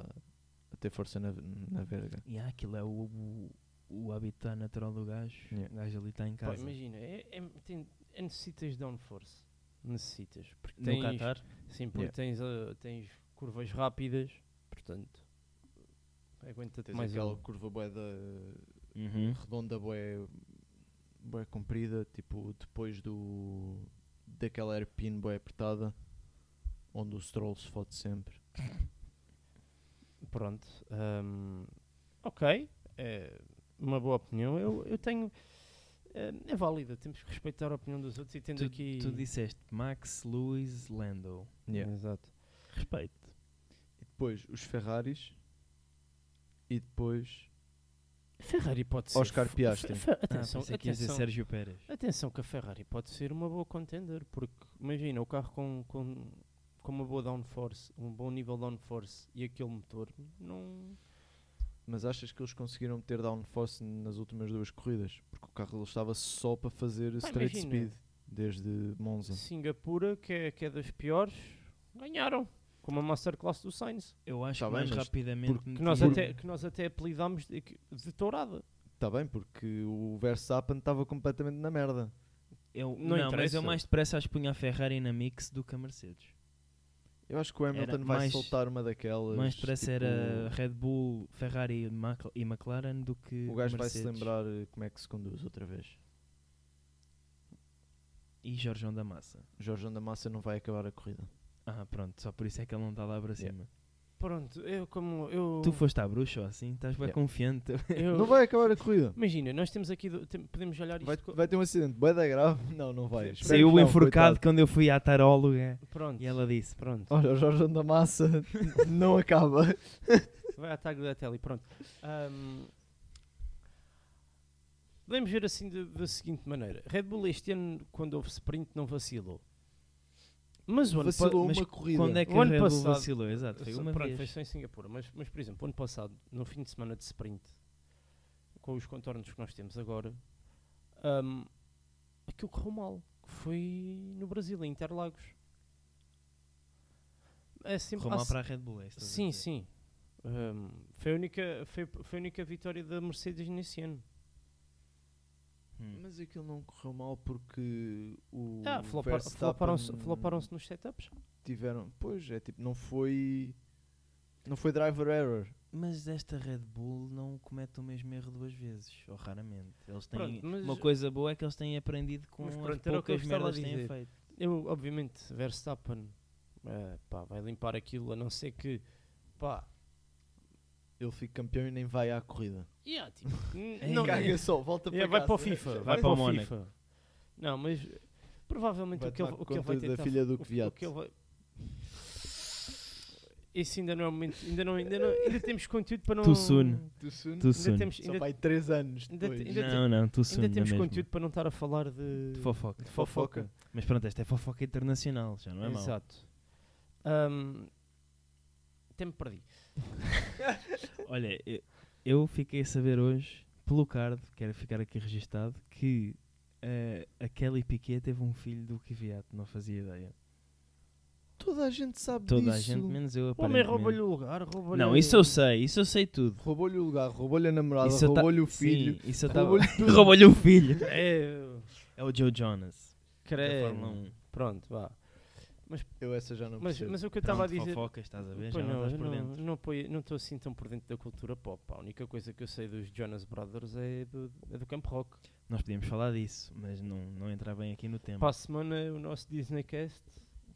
Speaker 2: a ter força na, na verga.
Speaker 3: E há aquilo é o, o, o habitat natural do gajo.
Speaker 2: Yeah.
Speaker 3: O gajo ali está em
Speaker 1: Pá,
Speaker 3: casa.
Speaker 1: imagina, é, é, tem, é necessitas de downforce. Necessitas. Porque
Speaker 3: no
Speaker 1: tens,
Speaker 3: um Qatar.
Speaker 1: Sim, porque
Speaker 2: Yeah.
Speaker 1: tens, ah, tens curvas rápidas, portanto, aguenta-te
Speaker 2: Tens
Speaker 1: mais
Speaker 2: aquela
Speaker 1: um.
Speaker 2: curva bué da, Uhum. redonda bué, bué comprida, tipo depois do daquela airpin bué apertada, onde o Stroll se fode sempre.
Speaker 1: Pronto. hum, ok. É uma boa opinião. Eu, eu tenho. eh, É válida, temos que respeitar a opinião dos outros e tendo
Speaker 3: Tu,
Speaker 1: aqui.
Speaker 3: tu disseste Max, Lewis, Lando.
Speaker 2: Yeah.
Speaker 1: Exato.
Speaker 3: Respeito.
Speaker 2: E depois os Ferraris e depois
Speaker 1: Ferrari pode ser.
Speaker 2: Oscar
Speaker 1: f-
Speaker 2: Piastri.
Speaker 1: f- f-
Speaker 3: Ah,
Speaker 1: Atenção,
Speaker 3: pensei que ias dizer
Speaker 1: atenção,
Speaker 3: Sérgio Pérez.
Speaker 1: atenção que a Ferrari pode ser uma boa contender, porque imagina o carro com, com, com uma boa downforce, um bom nível downforce e aquele motor, não.
Speaker 2: Mas achas que eles conseguiram meter downforce nas últimas duas corridas? Porque o carro deles estava só para fazer straight
Speaker 1: imagina.
Speaker 2: speed desde Monza.
Speaker 1: Singapura, que é, que é das piores, ganharam. Com uma masterclass do Sainz.
Speaker 3: Eu acho
Speaker 2: Tá
Speaker 3: que
Speaker 2: bem,
Speaker 3: mais
Speaker 2: mas
Speaker 3: rapidamente.
Speaker 2: porque
Speaker 1: Que nós,
Speaker 3: metiam-
Speaker 1: até, que nós até apelidámos de, de tourada.
Speaker 2: Está Tá bem, porque o Verstappen estava completamente na merda.
Speaker 3: Eu,
Speaker 1: Não
Speaker 3: não, mas
Speaker 1: interessa.
Speaker 3: eu mais depressa acho que punha a Ferrari na mix do que a Mercedes.
Speaker 2: Eu acho que o Hamilton
Speaker 3: Era
Speaker 2: vai
Speaker 3: mais-
Speaker 2: soltar uma daquelas.
Speaker 3: mais depressa era
Speaker 2: tipo,
Speaker 3: Red Bull, Ferrari e Mac- e McLaren do que.
Speaker 2: O gajo vai
Speaker 3: uh, Mercedes
Speaker 2: se lembrar eh, como é que se conduz outra vez.
Speaker 3: E Jorgeão da Massa.
Speaker 2: Jorge da Massa não vai acabar a corrida.
Speaker 3: Ah, pronto, só por isso é que ele não está lá para
Speaker 2: Yeah.
Speaker 3: cima.
Speaker 1: Pronto, eu como. Eu,
Speaker 3: Tu foste à bruxa ou assim, estás bem
Speaker 2: Yeah.
Speaker 3: confiante.
Speaker 1: eu-
Speaker 2: *laughs* Não vai acabar a corrida.
Speaker 1: Imagina, nós temos aqui. do- tem- podemos olhar isto.
Speaker 2: Vai,
Speaker 1: co-
Speaker 2: vai ter um acidente. Boa da grave. *laughs* Não, não vai. Espero
Speaker 3: Saiu
Speaker 2: que não,
Speaker 3: enforcado
Speaker 2: coitado.
Speaker 3: quando eu fui à taróloga
Speaker 1: Pronto.
Speaker 3: e ela disse:
Speaker 1: Pronto.
Speaker 2: Olha, o Jorge da Massa *laughs* não acaba.
Speaker 1: Vai à tag da tele, pronto. Ahm, podemos ver assim de- da seguinte maneira: Red Bull este ano, quando houve sprint, não vacilou. Mas o ano pa-
Speaker 2: Vacilou
Speaker 3: mas
Speaker 2: uma corrida.
Speaker 3: Quando é que
Speaker 1: O
Speaker 3: a
Speaker 1: ano
Speaker 3: Red Bull
Speaker 1: passado-
Speaker 3: vacilou? Exato, foi
Speaker 1: Só-
Speaker 3: uma
Speaker 1: pronto,
Speaker 3: vez.
Speaker 1: foi só em Singapura. Mas, mas, por exemplo, ano passado, no fim de semana de sprint, com os contornos que nós temos agora, ahm, aquilo correu mal. Que foi no Brasil, em Interlagos. É sempre,
Speaker 3: Correu
Speaker 1: há
Speaker 3: mal
Speaker 1: se-
Speaker 3: para a Red Bull, é isso que estás a
Speaker 1: Sim,
Speaker 3: dizer.
Speaker 1: sim. Ahm, foi, a única, foi, foi a única vitória da Mercedes nesse ano.
Speaker 3: Hum.
Speaker 2: Mas aquilo não correu mal porque o.
Speaker 1: Ah, flopar-
Speaker 2: Verstappen
Speaker 1: floparam-se floparam-se nos setups.
Speaker 2: Tiveram. Pois, é tipo, não foi. Não foi driver error.
Speaker 3: Mas esta Red Bull não comete o mesmo erro duas vezes, ou raramente. Eles têm
Speaker 1: Pronto, mas-
Speaker 3: uma coisa boa é que eles têm aprendido com
Speaker 1: Mas
Speaker 3: as
Speaker 1: pronto, era o que eu
Speaker 3: poucas
Speaker 1: estava a
Speaker 3: merdas que têm
Speaker 1: dizer.
Speaker 3: feito.
Speaker 1: Eu, obviamente, Verstappen eh, pá, vai limpar aquilo, a não ser que. Pá,
Speaker 2: Ele fica campeão e nem vai à corrida.
Speaker 1: yeah, tipo, n-
Speaker 3: Ei,
Speaker 1: não,
Speaker 2: Caga só, volta É para
Speaker 1: É, vai
Speaker 2: casa.
Speaker 1: para o FIFA.
Speaker 3: Vai para o Mónaco.
Speaker 1: FIFA. Não, mas eh, provavelmente
Speaker 2: Vai
Speaker 1: o que ele,
Speaker 2: tomar
Speaker 1: o que ele vai
Speaker 2: conta da
Speaker 1: tentar...
Speaker 2: filha do
Speaker 1: o- o
Speaker 2: Kvyat.
Speaker 1: que ele vai- Esse ainda não é o momento... Ainda, não, ainda, não, ainda temos conteúdo para não...
Speaker 3: Too soon.
Speaker 2: Too soon?
Speaker 3: Too
Speaker 1: Ainda
Speaker 3: soon.
Speaker 1: temos,
Speaker 2: Só
Speaker 1: ainda,
Speaker 2: vai 3 anos
Speaker 1: ainda
Speaker 2: depois.
Speaker 1: te- ainda
Speaker 3: Não, não, tu
Speaker 1: ainda
Speaker 3: soon, não é
Speaker 1: temos
Speaker 3: mesmo.
Speaker 1: conteúdo para não estar a falar de...
Speaker 3: de fofoca.
Speaker 1: de fofoca.
Speaker 3: Mas pronto, esta é fofoca internacional, já não é mau.
Speaker 1: Exato. Ahm, até me perdi.
Speaker 3: Olha, eu, eu fiquei a saber hoje, pelo card, quero ficar aqui registado, que eh, a Kelly Piquet teve um filho do Kvyat, não fazia ideia.
Speaker 2: Toda a gente sabe
Speaker 3: Toda
Speaker 2: disso.
Speaker 3: a gente, menos
Speaker 1: O
Speaker 3: eu,
Speaker 1: homem
Speaker 3: aparentemente.
Speaker 1: rouba-lhe o lugar, rouba-lhe...
Speaker 3: Não, isso eu sei, isso eu sei tudo.
Speaker 2: Roubou-lhe o lugar, roubou-lhe a namorada,
Speaker 3: Isso eu ta-
Speaker 2: roubou-lhe o
Speaker 3: Sim,
Speaker 2: filho.
Speaker 3: isso eu tava-
Speaker 2: roubou-lhe tudo.
Speaker 3: *laughs* Roubou-lhe o filho.
Speaker 1: É,
Speaker 3: É o Joe Jonas. Da
Speaker 1: creio.
Speaker 3: Fórmula 1.
Speaker 1: Pronto, vá.
Speaker 2: Eu essa já não
Speaker 1: Mas,
Speaker 2: percebo.
Speaker 1: mas é o que eu estava a
Speaker 3: Pronto,
Speaker 1: dizer...
Speaker 3: fofocas, estás a
Speaker 1: Pois
Speaker 3: ver? já
Speaker 1: não,
Speaker 3: não, estás
Speaker 1: eu
Speaker 3: por
Speaker 1: não,
Speaker 3: dentro.
Speaker 1: não apoio- não estou assim tão por dentro da cultura pop. pá. A única coisa que eu sei dos Jonas Brothers é do, é do Camp Rock.
Speaker 3: Nós podíamos falar disso, mas não, não entrar bem aqui no tema.
Speaker 1: Para a semana, o nosso Disneycast,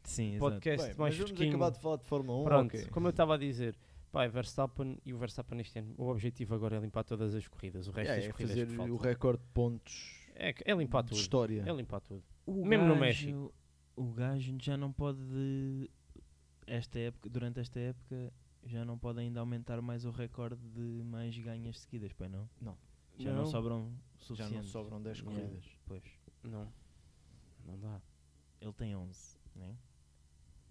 Speaker 3: Sim, exato.
Speaker 1: podcast mais
Speaker 2: Bem, mas vamos
Speaker 1: fresquinho.
Speaker 2: acabar de falar de Fórmula 1,
Speaker 1: Pronto,
Speaker 2: ok.
Speaker 1: como eu estava a dizer, pá, é Verstappen e o Verstappen este ano. O objetivo agora é limpar todas as corridas, o resto
Speaker 2: Yeah,
Speaker 1: das
Speaker 2: é
Speaker 1: corridas
Speaker 2: fazer
Speaker 1: que
Speaker 2: o
Speaker 1: faltam.
Speaker 2: recorde de pontos
Speaker 1: É, que- é limpar
Speaker 2: de
Speaker 1: tudo.
Speaker 2: história.
Speaker 1: É limpar tudo.
Speaker 3: O
Speaker 1: Mesmo no
Speaker 3: gajo-
Speaker 1: México.
Speaker 3: O gajo já não pode. de- Esta época, durante esta época, já não pode ainda aumentar mais o recorde de mais ganhas seguidas, pois não? Já não, sobram
Speaker 2: Já
Speaker 3: suficiente.
Speaker 2: não sobram 10
Speaker 3: Yeah.
Speaker 2: corridas.
Speaker 3: Pois.
Speaker 1: Não. Não dá.
Speaker 3: Ele tem 11, né?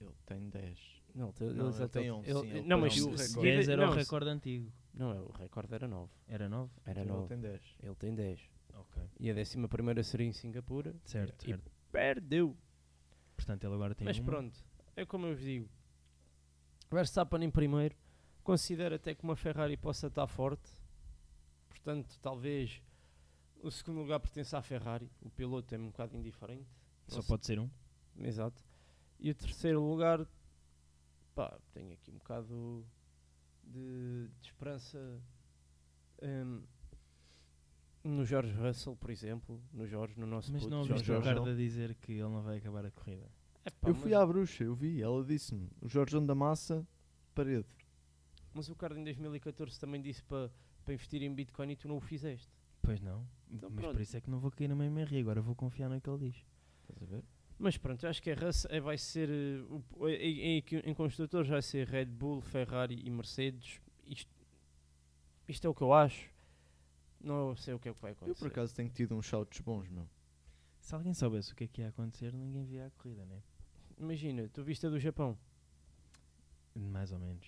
Speaker 2: Ele tem 10.
Speaker 1: Não, ele,
Speaker 2: Não,
Speaker 1: ele-
Speaker 2: ele tem
Speaker 1: ele-
Speaker 2: onze,
Speaker 1: ele-
Speaker 2: sim, ele
Speaker 1: não,
Speaker 2: tem
Speaker 1: mas
Speaker 2: onze.
Speaker 1: se-
Speaker 2: O
Speaker 1: se-
Speaker 2: recorde.
Speaker 1: ele-
Speaker 3: 10 Então, era
Speaker 1: não,
Speaker 3: o
Speaker 1: se-
Speaker 3: recorde antigo.
Speaker 1: Não, é, o recorde era 9.
Speaker 3: Era 9?
Speaker 1: Era
Speaker 2: Ele
Speaker 1: 9.
Speaker 2: Então tem 10.
Speaker 1: Ele tem 10.
Speaker 3: Ok.
Speaker 1: E a décima primeira seria em Singapura.
Speaker 3: Certo,
Speaker 1: E-
Speaker 3: certo.
Speaker 1: Perdeu.
Speaker 3: Portanto, ele agora tem um.
Speaker 1: Mas
Speaker 3: uma.
Speaker 1: pronto, é como eu vos digo. Verstappen em primeiro, considero até que uma Ferrari possa estar forte. Portanto, talvez o segundo lugar pertence à Ferrari. O piloto é um bocado indiferente.
Speaker 3: Só
Speaker 1: Não
Speaker 3: pode ser um.
Speaker 1: sei- Exato. E o terceiro lugar, pá, tenho aqui um bocado de, de esperança hum, no Jorge Russell, por exemplo. No Jorge, no nosso
Speaker 3: Mas
Speaker 1: puto
Speaker 3: não
Speaker 1: Jorge
Speaker 3: ouviste o
Speaker 2: Jorge
Speaker 3: Ricardo
Speaker 2: não.
Speaker 3: a dizer que ele não vai acabar a corrida.
Speaker 1: Epá,
Speaker 2: eu fui
Speaker 1: mas-
Speaker 2: à bruxa, eu vi, ela disse-me, o Jorgeão da Massa, parede.
Speaker 1: Mas o Cardo em 2014 também disse para investir em Bitcoin e tu não o fizeste.
Speaker 3: Pois não.
Speaker 1: Então
Speaker 3: mas por
Speaker 1: pronto.
Speaker 3: isso é que não vou cair na mesma MRI, agora vou confiar no que ele diz.
Speaker 2: Estás a ver?
Speaker 1: Mas pronto, eu acho que a raça eh, vai ser. eh, o- eh, Em, em- em construtores vai ser Red Bull, Ferrari e Mercedes. Isto, isto é o que eu acho. Não sei o que é que vai acontecer.
Speaker 2: Eu por acaso tenho tido uns shouts bons, meu.
Speaker 3: Se alguém soubesse o que é que ia acontecer, ninguém via a corrida, né?
Speaker 1: Imagina, tu viste a do Japão,
Speaker 3: Mais ou menos.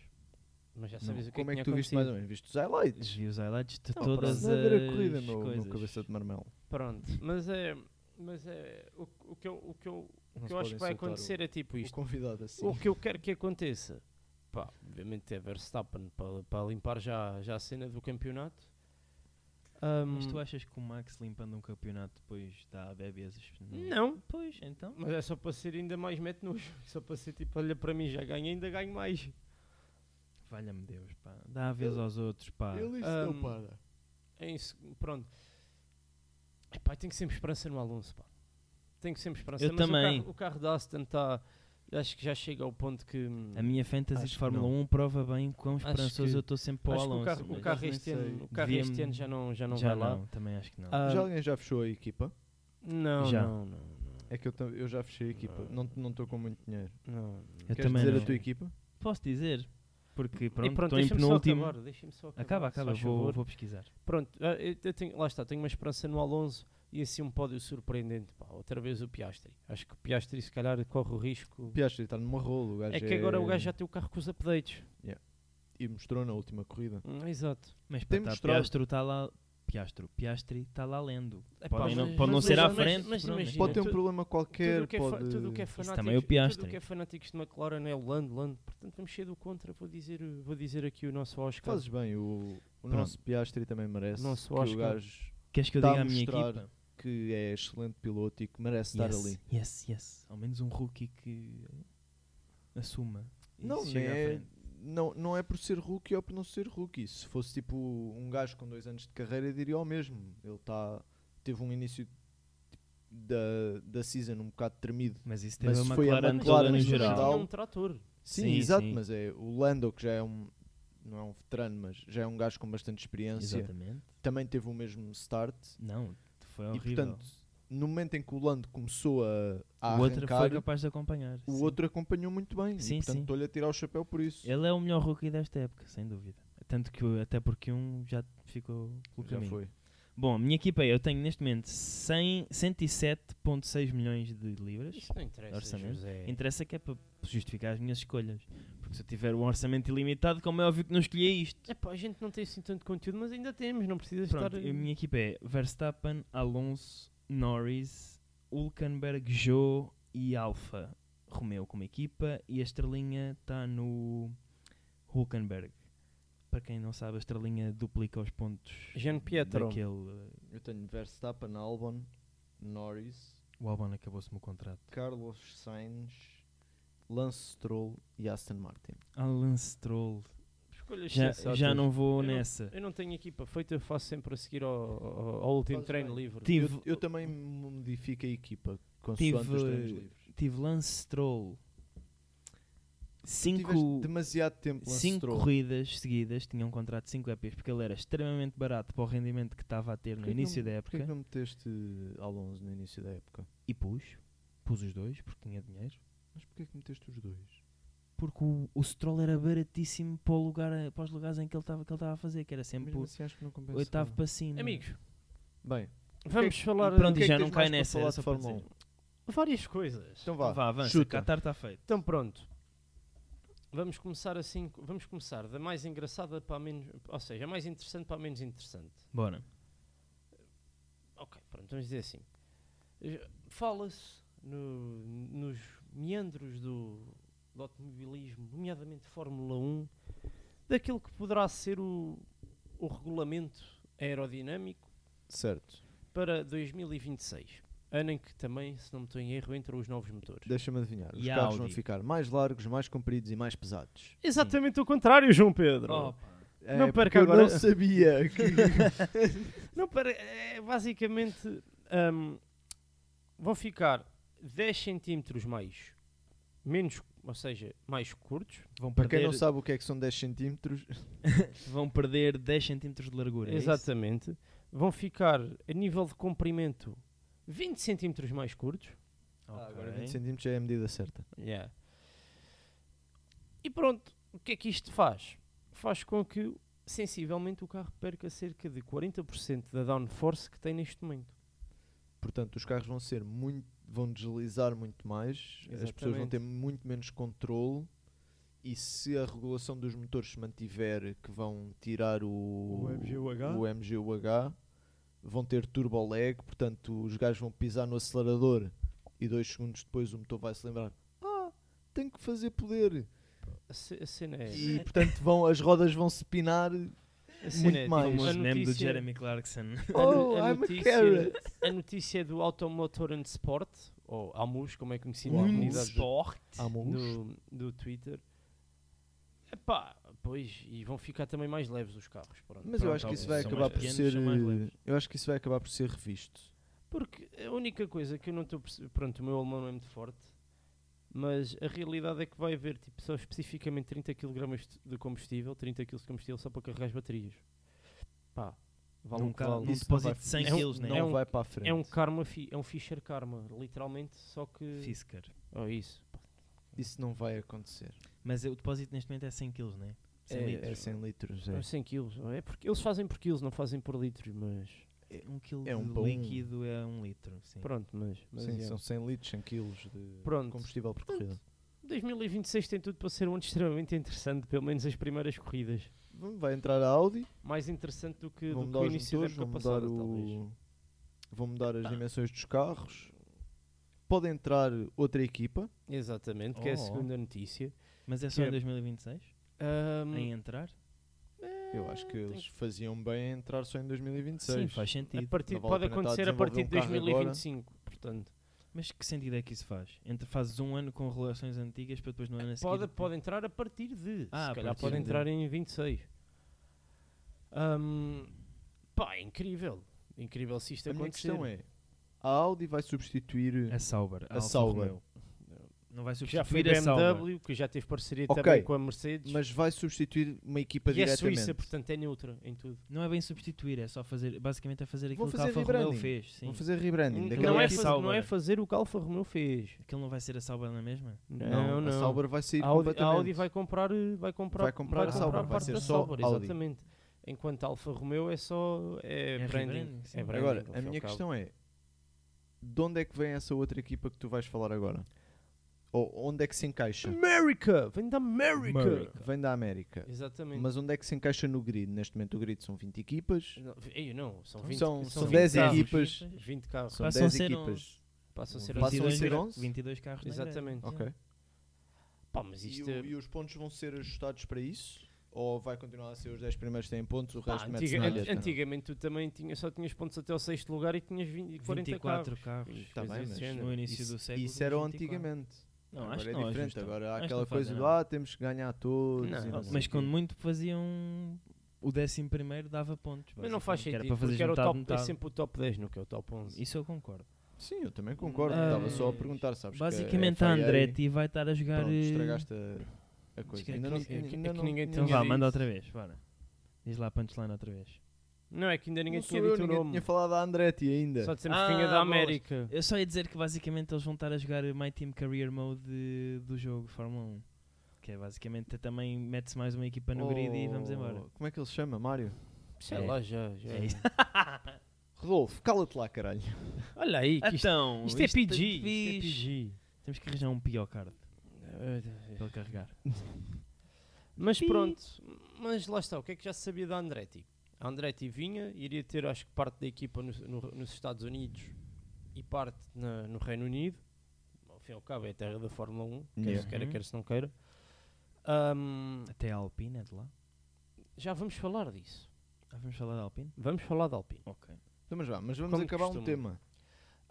Speaker 1: mas já
Speaker 3: Não.
Speaker 1: sabias o que
Speaker 2: Como é que
Speaker 1: tinha
Speaker 2: tu viste mais
Speaker 1: acontecido.
Speaker 2: ou menos? Viste os highlights?
Speaker 3: Vi os highlights de
Speaker 2: Não,
Speaker 3: todas
Speaker 2: parece
Speaker 3: as
Speaker 2: não ver a corrida, meu, meu
Speaker 3: coisas.
Speaker 2: cabeça de marmelo.
Speaker 1: Pronto, mas é. Mas é. O, o que eu, o que eu, o
Speaker 2: Não
Speaker 1: que
Speaker 2: se
Speaker 1: eu acho
Speaker 2: podem
Speaker 1: que vai
Speaker 2: soltar
Speaker 1: acontecer é tipo
Speaker 2: o,
Speaker 1: isto.
Speaker 2: o convidado assim.
Speaker 1: O que eu quero que aconteça, pá, obviamente é Verstappen para, para limpar já, já a cena do campeonato. Ahm,
Speaker 3: Mas tu achas que o Max limpando um campeonato depois dá a bebês?
Speaker 1: Não,
Speaker 3: Pois, então.
Speaker 1: mas é só para ser ainda mais mete nojo. *laughs* Só para ser tipo, olha para mim, já ganho, ainda ganho mais.
Speaker 3: Valha-me Deus, pá. Dá a vez aos outros, pá.
Speaker 2: Ele isso
Speaker 1: Ahm,
Speaker 2: não para.
Speaker 1: Em se- É pronto. Epá, tenho sempre esperança no Alonso, pá. Tenho sempre esperança.
Speaker 3: Eu
Speaker 1: mas O
Speaker 3: também.
Speaker 1: carro, o carro da Aston está... Acho que já chega ao ponto que... hum,
Speaker 3: A minha fantasy
Speaker 2: Acho
Speaker 3: de
Speaker 2: que
Speaker 3: Fórmula
Speaker 2: não.
Speaker 3: 1 prova bem quão
Speaker 1: Acho
Speaker 3: esperançoso
Speaker 1: que-
Speaker 3: eu estou sempre para o
Speaker 1: acho que
Speaker 3: Alonso.
Speaker 1: o carro, o
Speaker 3: mas
Speaker 1: carro
Speaker 2: nem
Speaker 1: este ano,
Speaker 2: sei.
Speaker 1: o carro este
Speaker 3: Devia-me-
Speaker 1: ano já não, já não
Speaker 3: já
Speaker 1: vai
Speaker 3: não,
Speaker 1: lá.
Speaker 3: também acho que não.
Speaker 1: Ah,
Speaker 2: Já alguém já fechou a equipa?
Speaker 1: não,
Speaker 3: Já.
Speaker 1: não, não, não,
Speaker 2: É que eu, tam- eu já fechei a equipa. Não estou com muito dinheiro.
Speaker 1: não.
Speaker 3: eu
Speaker 2: Queres
Speaker 3: também
Speaker 2: dizer
Speaker 3: não.
Speaker 2: a tua equipa?
Speaker 3: Posso dizer? Porque
Speaker 1: e
Speaker 3: pronto,
Speaker 1: pronto,
Speaker 3: estou em
Speaker 1: deixa-me só
Speaker 3: penúltimo.
Speaker 1: acabar, deixa-me só acabar.
Speaker 3: Acaba,
Speaker 1: se
Speaker 3: acaba,
Speaker 1: faz
Speaker 3: vou,
Speaker 1: favor.
Speaker 3: vou pesquisar.
Speaker 1: Pronto, ah, eu, eu tenho, lá está, tenho uma esperança no Alonso e assim um pódio surpreendente. Pá, outra vez o Piastri. Acho que o Piastri se calhar corre o risco.
Speaker 2: O Piastri está numa rola. O gajo
Speaker 1: É que agora o gajo já tem o carro com os updates.
Speaker 2: E mostrou na última corrida.
Speaker 1: Hum, exato.
Speaker 3: Mas
Speaker 2: Tem
Speaker 3: pá, tá,
Speaker 2: mostrado.
Speaker 3: Piastro está lá. Piastro, Piastri está lá lendo.
Speaker 1: É pá,
Speaker 3: Podem
Speaker 1: mas-
Speaker 3: não-
Speaker 1: mas-
Speaker 3: pode não
Speaker 1: mas-
Speaker 3: ser à
Speaker 1: mas-
Speaker 3: frente,
Speaker 1: Mas
Speaker 3: pronto.
Speaker 1: imagina,
Speaker 2: Pode ter um
Speaker 1: tu-
Speaker 2: problema qualquer.
Speaker 1: tudo o que é fa-
Speaker 2: pode...
Speaker 1: tudo o que é fanáticos,
Speaker 3: também é o Piastri.
Speaker 1: Tudo o que é fanáticos de McLaren é Land, Land. Portanto, vamos cheio do contra. Vou dizer, o- vou dizer aqui o nosso Oscar.
Speaker 2: Fazes bem. O, o
Speaker 3: Pronto.
Speaker 2: nosso Piastri também merece.
Speaker 1: Nosso
Speaker 2: que o
Speaker 1: Oscar.
Speaker 2: gajo
Speaker 3: Queres que eu
Speaker 2: Tá a
Speaker 3: diga à minha
Speaker 2: mostrar.
Speaker 3: equipa?
Speaker 2: que é excelente piloto e que merece estar
Speaker 3: yes,
Speaker 2: ali.
Speaker 3: Yes, yes. Ao menos um rookie que assuma. e
Speaker 2: Não,
Speaker 3: chega à
Speaker 2: é,
Speaker 3: frente.
Speaker 2: não, não é por ser rookie ou por não ser rookie. Se fosse tipo um gajo com dois anos de carreira, diria o mesmo. Ele tá, teve um início tipo, da, da season um bocado tremido.
Speaker 3: Mas isso teve
Speaker 2: Mas
Speaker 3: a
Speaker 2: foi a
Speaker 3: McLaren
Speaker 2: McLaren
Speaker 3: toda no
Speaker 2: no
Speaker 3: geral.
Speaker 2: geral.
Speaker 1: É um trator.
Speaker 2: Sim,
Speaker 3: Sim,
Speaker 2: exato,
Speaker 3: sim.
Speaker 2: mas é o Lando que já é um não é um veterano, mas já é um gajo com bastante experiência.
Speaker 3: Exatamente.
Speaker 2: Também teve o mesmo start
Speaker 3: Não, foi
Speaker 2: e
Speaker 3: É horrível.
Speaker 2: portanto, no momento em que o Lando começou a, a
Speaker 3: o outro foi
Speaker 2: arrancar,
Speaker 3: capaz de acompanhar.
Speaker 2: o
Speaker 3: sim.
Speaker 2: outro acompanhou muito bem. e
Speaker 3: Sim,
Speaker 2: portanto
Speaker 3: sim.
Speaker 2: estou-lhe a tirar o chapéu por isso.
Speaker 3: Ele é o melhor rookie desta época, sem dúvida. Tanto que o- até porque um já ficou pelo
Speaker 2: já
Speaker 3: caminho.
Speaker 2: foi.
Speaker 3: Bom, a minha equipa, eu tenho neste momento 100, 107.6 milhões de libras.
Speaker 1: Isso não interessa,
Speaker 3: Orçamento.
Speaker 1: José.
Speaker 3: Interessa que é para justificar as minhas escolhas. Porque se eu tiver um orçamento ilimitado, como é óbvio que não escolhia isto.
Speaker 1: Epá, a gente não tem assim tanto conteúdo, mas ainda temos, não precisas
Speaker 3: Pronto,
Speaker 1: estar...
Speaker 3: a minha equipa é Verstappen, Alonso, Norris, Hulkenberg, Joe e Alfa Romeo como equipa e a estrelinha está no Hulkenberg. Para quem não sabe, a estrelinha duplica os pontos
Speaker 1: Jean Pietro.
Speaker 3: daquele... uh,
Speaker 2: Eu tenho Verstappen, Albon, Norris,
Speaker 3: O Albon acabou-se no contrato.
Speaker 2: Carlos Sainz, Lance Stroll e Aston Martin.
Speaker 3: Alan Ah, Stroll.
Speaker 1: Escolhas
Speaker 3: Já,
Speaker 1: sensatas.
Speaker 3: já não vou
Speaker 1: Eu não-
Speaker 3: nessa.
Speaker 1: Eu não tenho equipa feita, eu faço sempre a seguir ao, ao- ao último
Speaker 2: Fazes
Speaker 1: treino
Speaker 2: bem.
Speaker 1: livre.
Speaker 3: Tive,
Speaker 2: Eu, eu também modifico a equipa consoante os treinos
Speaker 3: Tive-
Speaker 2: livres.
Speaker 3: tive Lance Stroll.
Speaker 2: Tiveste
Speaker 3: Cinco,
Speaker 2: demasiado tempo Lance
Speaker 3: cinco
Speaker 2: Stroll.
Speaker 3: corridas seguidas, tinha um contrato de 5 EPs, porque ele era extremamente barato para o rendimento que estava a ter no
Speaker 2: Porquê que
Speaker 3: início
Speaker 2: não-
Speaker 3: da
Speaker 2: Porquê
Speaker 3: época.
Speaker 2: que não meteste Alonso no início da época?
Speaker 3: E pus. Pus os dois, porque tinha dinheiro.
Speaker 2: Mas porquê que meteste os dois?
Speaker 3: Porque o, o Stroll era baratíssimo para, o lugar, para os lugares em que ele estava que ele estava a fazer, que era sempre
Speaker 2: Mesmo
Speaker 3: o
Speaker 2: assim acho que não compensa.
Speaker 3: oitavo para cima.
Speaker 1: Amigos,
Speaker 2: Bem,
Speaker 1: vamos falar
Speaker 2: é
Speaker 3: pronto,
Speaker 2: que
Speaker 3: e
Speaker 2: é
Speaker 3: já
Speaker 2: que
Speaker 3: não
Speaker 2: tens
Speaker 3: cai
Speaker 2: mais para
Speaker 3: nessa,
Speaker 2: falar
Speaker 3: era
Speaker 2: de
Speaker 3: só para
Speaker 2: Fórmula um?
Speaker 3: dizer.
Speaker 1: várias coisas.
Speaker 2: então vá.
Speaker 3: Vá, avança,
Speaker 2: chuta.
Speaker 3: Qatar está feito.
Speaker 1: Então pronto. Vamos começar assim, co- vamos começar da mais engraçada para a menos, ou seja, a mais interessante para a menos interessante.
Speaker 3: Bora.
Speaker 1: Ok, pronto, vamos dizer assim. Eh, Fala-se no- nos meandros do, do automobilismo, nomeadamente Fórmula 1, daquilo que poderá ser o, o regulamento aerodinâmico
Speaker 2: Certo.
Speaker 1: para 2026, ano em que também, se não me estou em erro, entram os novos motores.
Speaker 2: Deixa-me adivinhar. Os
Speaker 3: E a
Speaker 2: carros vão
Speaker 3: Audi?
Speaker 2: ficar mais largos, mais compridos e mais pesados. É,
Speaker 1: Exatamente o contrário, João Pedro. Não
Speaker 2: porque
Speaker 1: perca
Speaker 2: eu
Speaker 1: agora-
Speaker 2: não *laughs* sabia que...
Speaker 1: Não, para, é, basicamente hum, vão ficar 10 centímetros mais, menos, ou seja, mais curtos.
Speaker 3: Vão
Speaker 2: Para quem
Speaker 3: perder-
Speaker 2: não sabe o que é que são 10 centímetros,
Speaker 3: vão perder 10 centímetros de largura. é isso?
Speaker 1: Exatamente. Vão ficar a nível de comprimento 20 centímetros mais curtos.
Speaker 2: Ah, agora
Speaker 3: Ok.
Speaker 2: 20 centímetros já é a medida certa.
Speaker 1: Yeah. E pronto, o que é que isto faz? Faz com que, sensivelmente, o carro perca cerca de 40% da downforce que tem neste momento.
Speaker 2: Portanto, os carros vão ser muito, vão deslizar muito mais, as pessoas vão
Speaker 1: Exatamente.
Speaker 2: ter muito menos controle e se a regulação dos motores se mantiver que vão tirar o,
Speaker 1: MGUH?
Speaker 2: o MGUH, vão ter turbo lag, portanto, os gajos vão pisar no acelerador e dois segundos depois o motor vai se lembrar, ah, tenho que fazer poder.
Speaker 1: A, ce- a cena é.
Speaker 2: E portanto, vão, as rodas vão se
Speaker 3: *laughs*
Speaker 2: pinar.
Speaker 1: a cena é,
Speaker 2: muito
Speaker 1: tipo,
Speaker 2: mais.
Speaker 1: a
Speaker 3: Famoso meme do
Speaker 1: notícia-
Speaker 2: *laughs*
Speaker 3: Jeremy Clarkson.
Speaker 2: Oh,
Speaker 1: a
Speaker 2: I'm a
Speaker 1: notícia-
Speaker 2: carrot.
Speaker 1: A notícia do Automotor and Sport, ou AMUS, como é conhecido
Speaker 2: Ou
Speaker 1: na
Speaker 2: Amus.
Speaker 1: comunidade do-
Speaker 2: Amus.
Speaker 1: do, do Twitter. Epá, pois, e vão ficar também mais leves os carros. pronto.
Speaker 2: Mas eu
Speaker 3: Pronto,
Speaker 2: acho que isso vai
Speaker 3: talvez. São mais
Speaker 2: acabar por
Speaker 3: pequenos,
Speaker 2: ser.
Speaker 3: são mais leves.
Speaker 2: eh, Eu acho que isso vai acabar por ser revisto.
Speaker 1: Porque a única coisa que eu não estou a perce- Pronto, o meu alemão não é muito forte, mas a realidade é que vai haver tipo, só especificamente 30 kg de combustível, 30 kg de combustível só para carregar as baterias. Pá, vale um
Speaker 3: Num, carro,
Speaker 1: cavalo.
Speaker 3: num
Speaker 2: Isso não vai-
Speaker 3: depósito de 100
Speaker 1: isso
Speaker 3: quilos, né?
Speaker 2: não
Speaker 1: É um-
Speaker 2: vai para a frente.
Speaker 1: É um karma, fi- é um Fischer karma, literalmente, só que.
Speaker 3: Fisker.
Speaker 1: Oh, isso.
Speaker 2: Isso não vai acontecer.
Speaker 1: É
Speaker 3: Mas o depósito neste momento é 100 quilos, né? 100
Speaker 2: é,
Speaker 3: litros.
Speaker 2: é 100 litros.
Speaker 1: É
Speaker 2: É.
Speaker 1: 100 quilos. oh, É porque eles fazem por quilos, não fazem por litros, mas.
Speaker 3: Um quilo
Speaker 2: É um
Speaker 3: de
Speaker 2: bom-
Speaker 3: líquido é um litro. Sim.
Speaker 1: Pronto, mas. mas
Speaker 2: Sim,
Speaker 1: é.
Speaker 2: são 100 litros, 100 quilos de
Speaker 1: Pronto.
Speaker 2: combustível por corrida.
Speaker 1: 2026 tem tudo para ser um ano extremamente interessante, pelo menos as primeiras corridas.
Speaker 2: Vai entrar a Audi,
Speaker 1: Mais interessante do que,
Speaker 2: vão
Speaker 1: do que
Speaker 2: mudar
Speaker 1: o
Speaker 2: os
Speaker 1: início
Speaker 2: motores,
Speaker 1: da
Speaker 2: vão
Speaker 1: época
Speaker 2: mudar,
Speaker 1: passada, talvez.
Speaker 2: o... vão mudar as dimensões dos carros. Pode entrar outra equipa.
Speaker 1: Exatamente, que é a
Speaker 3: Oh.
Speaker 1: segunda notícia.
Speaker 3: Mas é só
Speaker 1: Que
Speaker 3: em
Speaker 1: é-
Speaker 3: 2026?
Speaker 1: Ahm,
Speaker 3: Em entrar?
Speaker 1: é,
Speaker 2: Eu acho que
Speaker 1: tem
Speaker 2: eles faziam bem em entrar só em 2026.
Speaker 3: Sim, faz
Speaker 1: A
Speaker 3: sentido.
Speaker 1: partir,
Speaker 2: Não vale
Speaker 1: pode
Speaker 2: a pena estar a
Speaker 1: acontecer a partir de
Speaker 2: desenvolver um carro agora.
Speaker 1: 2025, portanto.
Speaker 3: Mas que sentido é que isso faz? Entre fazes um ano com relações antigas para depois no ano a seguir.
Speaker 1: Pode, pode entrar a partir de.
Speaker 3: Ah,
Speaker 1: se
Speaker 3: a
Speaker 1: calhar
Speaker 3: partir
Speaker 1: pode
Speaker 3: de.
Speaker 1: entrar em 26. Ahm, pá, é incrível. Incrível se isto
Speaker 2: A minha
Speaker 1: acontecer. É.
Speaker 2: questão é: a Audi vai substituir.
Speaker 3: A Sauber.
Speaker 2: A
Speaker 3: É Alfa
Speaker 2: Sauber.
Speaker 3: Romeo. Não vai
Speaker 1: Que já foi
Speaker 3: substituir a Sauber.
Speaker 1: BMW, que já teve parceria
Speaker 2: é? Ok,
Speaker 1: também com a Mercedes.
Speaker 2: Mas vai substituir uma equipa
Speaker 1: e é
Speaker 2: diretamente.
Speaker 1: Suíça, portanto é neutra em tudo.
Speaker 3: Não é bem substituir, é só fazer, basicamente é fazer
Speaker 2: Vou
Speaker 3: aquilo que a
Speaker 2: fazer
Speaker 3: Alfa Romeo
Speaker 2: rebranding.
Speaker 3: fez. Sim.
Speaker 2: Vão fazer rebranding. daquela
Speaker 1: Não é,
Speaker 3: a
Speaker 1: fazer,
Speaker 2: equipa.
Speaker 1: não
Speaker 3: Sauber.
Speaker 1: é fazer o que a Alfa Romeo fez.
Speaker 3: Aquilo não vai ser a Sauber na mesma?
Speaker 1: Não, não.
Speaker 2: A Sauber vai sair
Speaker 1: A Audi, a
Speaker 2: completamente.
Speaker 1: Audi vai comprar, eh, vai comprar,
Speaker 2: Vai comprar a Sauber, vai
Speaker 1: parte
Speaker 2: ser
Speaker 1: da
Speaker 2: só
Speaker 1: Sauber,
Speaker 2: Audi.
Speaker 1: exatamente. Enquanto a Alfa Romeo é só é
Speaker 3: É
Speaker 1: branding.
Speaker 3: rebranding, sim.
Speaker 1: é branding,
Speaker 2: Agora,
Speaker 1: ao fim
Speaker 2: a
Speaker 1: e
Speaker 2: minha
Speaker 1: ao cabo.
Speaker 2: questão é: de onde é que vem essa outra equipa que tu vais falar agora? Ou onde é que se encaixa?
Speaker 1: America, vem da America.
Speaker 3: America.
Speaker 2: Vem da América.
Speaker 1: Exatamente.
Speaker 2: Mas onde é que se encaixa no grid? Neste momento o grid são 20 equipas.
Speaker 1: Não, ei, não, são
Speaker 3: Então,
Speaker 1: 20,
Speaker 2: são
Speaker 1: são
Speaker 2: são
Speaker 1: 20
Speaker 2: 10
Speaker 1: carros.
Speaker 2: equipas.
Speaker 1: 20 carros.
Speaker 2: São
Speaker 3: Passam a
Speaker 2: 10
Speaker 3: ser
Speaker 2: equipas.
Speaker 1: Passam a ser
Speaker 2: Passam a
Speaker 1: 22.
Speaker 2: ser
Speaker 3: 22,
Speaker 2: 11?
Speaker 3: 22 carros na grelha.
Speaker 1: Exatamente.
Speaker 2: Ok.
Speaker 1: Pá, mas isto é-
Speaker 2: E, o- e os pontos vão ser ajustados para isso? Ou vai continuar a ser os 10 primeiros que têm pontos, o
Speaker 1: pá,
Speaker 2: resto mete-se
Speaker 1: antiga-
Speaker 2: na
Speaker 1: an-
Speaker 2: lheta?
Speaker 1: antigamente tu também tinha, só tinhas pontos até o sexto lugar e tinhas 20, 40
Speaker 3: 24
Speaker 1: carros.
Speaker 3: carros.
Speaker 2: Tá
Speaker 1: Coisas
Speaker 2: bem,
Speaker 1: desse
Speaker 2: mas
Speaker 1: género.
Speaker 3: No início
Speaker 2: isso,
Speaker 3: do século.
Speaker 2: Isso era o
Speaker 3: 24.
Speaker 2: antigamente.
Speaker 3: Não,
Speaker 2: agora
Speaker 3: acho
Speaker 2: é
Speaker 3: que não
Speaker 2: diferente.
Speaker 3: justo.
Speaker 2: agora há
Speaker 3: Acho que
Speaker 2: aquela
Speaker 3: não
Speaker 2: coisa
Speaker 3: fazem
Speaker 2: de
Speaker 3: nada.
Speaker 2: ah, temos que ganhar
Speaker 1: Não,
Speaker 2: todos. e não sei
Speaker 3: Ah, Mas
Speaker 2: o
Speaker 3: quando
Speaker 2: quê."
Speaker 3: muito faziam o décimo primeiro dava pontos.
Speaker 1: Mas não faz
Speaker 3: basicamente, que
Speaker 1: sentido,
Speaker 3: Era para fazer
Speaker 1: porque era o
Speaker 3: metade,
Speaker 1: top, é
Speaker 3: metade.
Speaker 1: sempre o top 10, no que é o top 11.
Speaker 3: Isso eu concordo.
Speaker 2: Sim, eu também concordo.
Speaker 3: Ah,
Speaker 2: Estava só a perguntar, sabes? que é a
Speaker 3: Basicamente a
Speaker 2: FIA
Speaker 3: Andretti vai estar a jogar.
Speaker 2: Pronto,
Speaker 3: eh,
Speaker 2: estragaste a, a coisa.
Speaker 3: que-
Speaker 2: Ainda
Speaker 3: que-
Speaker 2: não-
Speaker 3: é que-
Speaker 2: ainda
Speaker 1: é que
Speaker 2: não-
Speaker 1: ninguém
Speaker 3: Então
Speaker 1: tinha
Speaker 3: vá,
Speaker 1: dito.
Speaker 3: manda outra vez. Bora. Diz lá a punchline outra vez.
Speaker 1: Não é que ainda ninguém
Speaker 2: Não sou
Speaker 1: tinha
Speaker 2: eu,
Speaker 1: dito o
Speaker 2: ninguém
Speaker 1: nome.
Speaker 2: tinha falado da Andretti ainda.
Speaker 1: Só dissemos
Speaker 3: Ah,
Speaker 1: que vinha da
Speaker 3: boas.
Speaker 1: América.
Speaker 3: Eu só ia dizer que basicamente eles vão estar a jogar My Team Career Mode eh, do jogo Fórmula 1. Que é basicamente também mete-se mais uma equipa no grid e vamos embora.
Speaker 2: Oh, Como é que ele se chama, Mário?
Speaker 1: Sei
Speaker 3: É.
Speaker 1: lá, já. já.
Speaker 3: É isso.
Speaker 2: Rodolfo, cala-te lá, caralho.
Speaker 1: Olha aí, que isto,
Speaker 2: Oh,
Speaker 3: Então,
Speaker 1: isto é PG. Isto é
Speaker 3: fixe.
Speaker 1: PG.
Speaker 3: Temos que arranjar um PO card
Speaker 1: Ah,
Speaker 3: para ele carregar.
Speaker 1: Mas pronto, mas lá está, o que é que já se sabia da Andretti? A Andretti vinha, iria ter acho que parte da equipa no- no- nos Estados Unidos e parte na- no Reino Unido, ao fim e ao cabo é a terra da Fórmula 1, quer se
Speaker 2: Yeah.
Speaker 1: queira,
Speaker 3: Uhum.
Speaker 1: quer se não queira. Ahm,
Speaker 3: Até a Alpine é de lá.
Speaker 1: já vamos falar disso,
Speaker 3: Ah, vamos falar da Alpine?
Speaker 1: vamos falar da Alpine.
Speaker 3: Ok.
Speaker 2: Então, mas vá, mas vamos
Speaker 1: Como
Speaker 2: acabar um
Speaker 1: costuma.
Speaker 2: tema.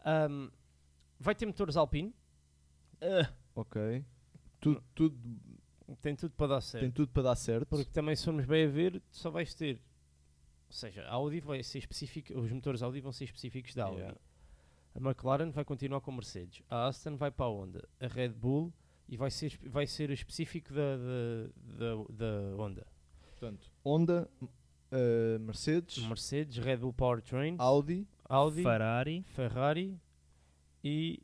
Speaker 1: Ahm, vai ter motores Alpine,
Speaker 2: Ah. Ok. Tudo, tudo,
Speaker 1: tem tudo para dar certo.
Speaker 2: tem tudo para dar certo.
Speaker 1: Porque também se formos bem a ver, tu só vais ter. Ou seja, a Audi vai ser específica, os motores Audi vão ser específicos da Audi.
Speaker 2: Yeah.
Speaker 1: A McLaren vai continuar com a Mercedes. A Aston vai para a Honda. A Red Bull e vai ser, espe- vai ser específico da, da, da, da Honda.
Speaker 2: Portanto, Honda, eh, Mercedes,
Speaker 1: Mercedes, Red Bull Powertrain,
Speaker 2: Audi,
Speaker 1: Audi,
Speaker 3: Ferrari,
Speaker 1: Ferrari e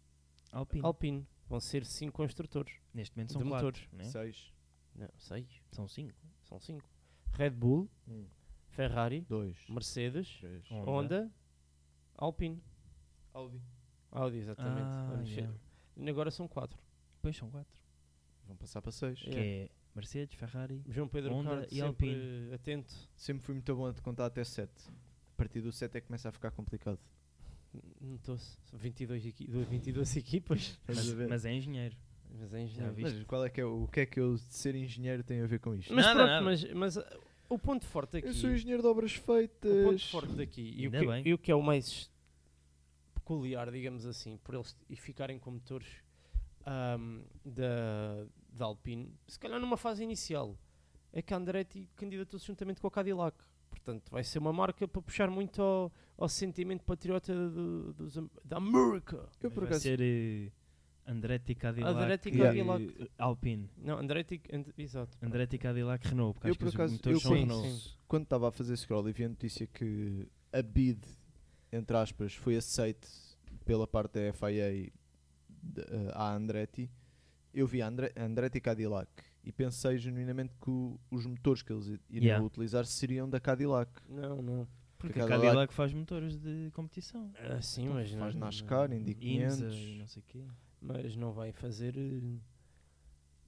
Speaker 3: Alpine.
Speaker 1: Alpine. Vão ser cinco construtores.
Speaker 3: Neste momento são
Speaker 1: de
Speaker 3: quatro,
Speaker 1: motores.
Speaker 3: né?
Speaker 2: seis,
Speaker 1: Não, seis.
Speaker 3: São cinco.
Speaker 1: São cinco. Red Bull,
Speaker 2: um,
Speaker 1: Ferrari,
Speaker 2: dois,
Speaker 1: Mercedes,
Speaker 2: três.
Speaker 3: Honda.
Speaker 1: Honda, Alpine.
Speaker 2: Audi.
Speaker 1: Audi, exatamente.
Speaker 3: Ah,
Speaker 1: Vamos ser-
Speaker 3: yeah.
Speaker 1: E Agora são quatro.
Speaker 3: Pois são quatro.
Speaker 2: Vão passar para seis.
Speaker 1: Yeah.
Speaker 3: Que é Mercedes, Ferrari.
Speaker 1: João Pedro
Speaker 3: Honda
Speaker 1: Honda
Speaker 3: e
Speaker 1: e
Speaker 3: Alpine.
Speaker 1: atento.
Speaker 2: Sempre fui muito bom a te contar até sete. A partir do sete é que começa a ficar complicado.
Speaker 1: Não estou. São 22, equi du- 22 *laughs* equipas.
Speaker 2: Estás
Speaker 3: Mas,
Speaker 2: a ver?
Speaker 3: mas é engenheiro.
Speaker 1: Mas é
Speaker 3: Já
Speaker 1: engenheiro.
Speaker 3: vi.
Speaker 2: Mas
Speaker 3: viste?
Speaker 2: qual é que é, o que é que eu de ser engenheiro tem a ver com isto?
Speaker 1: Mas
Speaker 3: Nada,
Speaker 1: pronto,
Speaker 3: nada.
Speaker 1: Mas, mas ah, o ponto forte aqui.
Speaker 2: Eu sou engenheiro de obras
Speaker 1: o ponto
Speaker 2: feitas.
Speaker 1: forte daqui e o,
Speaker 3: Ainda
Speaker 1: que,
Speaker 3: bem.
Speaker 1: e o que é o mais peculiar, digamos assim, por eles e ficarem com motores ahm, da, da Alpine, se calhar numa fase inicial, é que a Andretti candidatou-se juntamente com a Cadillac. Portanto, vai ser uma marca para puxar muito ao, ao sentimento patriota do- dos am- da América.
Speaker 2: Eu
Speaker 3: Mas
Speaker 2: por
Speaker 3: vai
Speaker 2: acaso.
Speaker 3: ser eh, Andretti Cadillac.
Speaker 1: Andretti,
Speaker 3: eh,
Speaker 1: Cadillac.
Speaker 3: Alpine.
Speaker 1: Não, Andretti, and- exato.
Speaker 3: Andretti Cadillac Renault. Porque
Speaker 2: Eu
Speaker 3: acho
Speaker 2: por
Speaker 3: que os
Speaker 2: acaso. Eu
Speaker 3: motores são
Speaker 1: sim,
Speaker 3: Renault.
Speaker 1: sim.
Speaker 2: quando, quando estava a fazer scroll e vi a notícia que a bid, entre aspas, foi aceite pela parte da FIA de- eh, à Andretti, eu vi a Andre, a Andretti Cadillac e pensei genuinamente que o- os motores que eles i- iriam
Speaker 3: Yeah.
Speaker 2: utilizar seriam da Cadillac.
Speaker 1: Não, não.
Speaker 3: Porque a
Speaker 2: Cadillac-
Speaker 3: Cadillac faz motores de competição.
Speaker 1: Ah, sim,
Speaker 2: Então,
Speaker 1: mas
Speaker 2: faz
Speaker 1: não,
Speaker 2: NASCAR,
Speaker 1: não-
Speaker 2: Indy
Speaker 3: IMSA
Speaker 2: 500.
Speaker 3: e não sei o quê.
Speaker 1: mas não vai fazer. eh,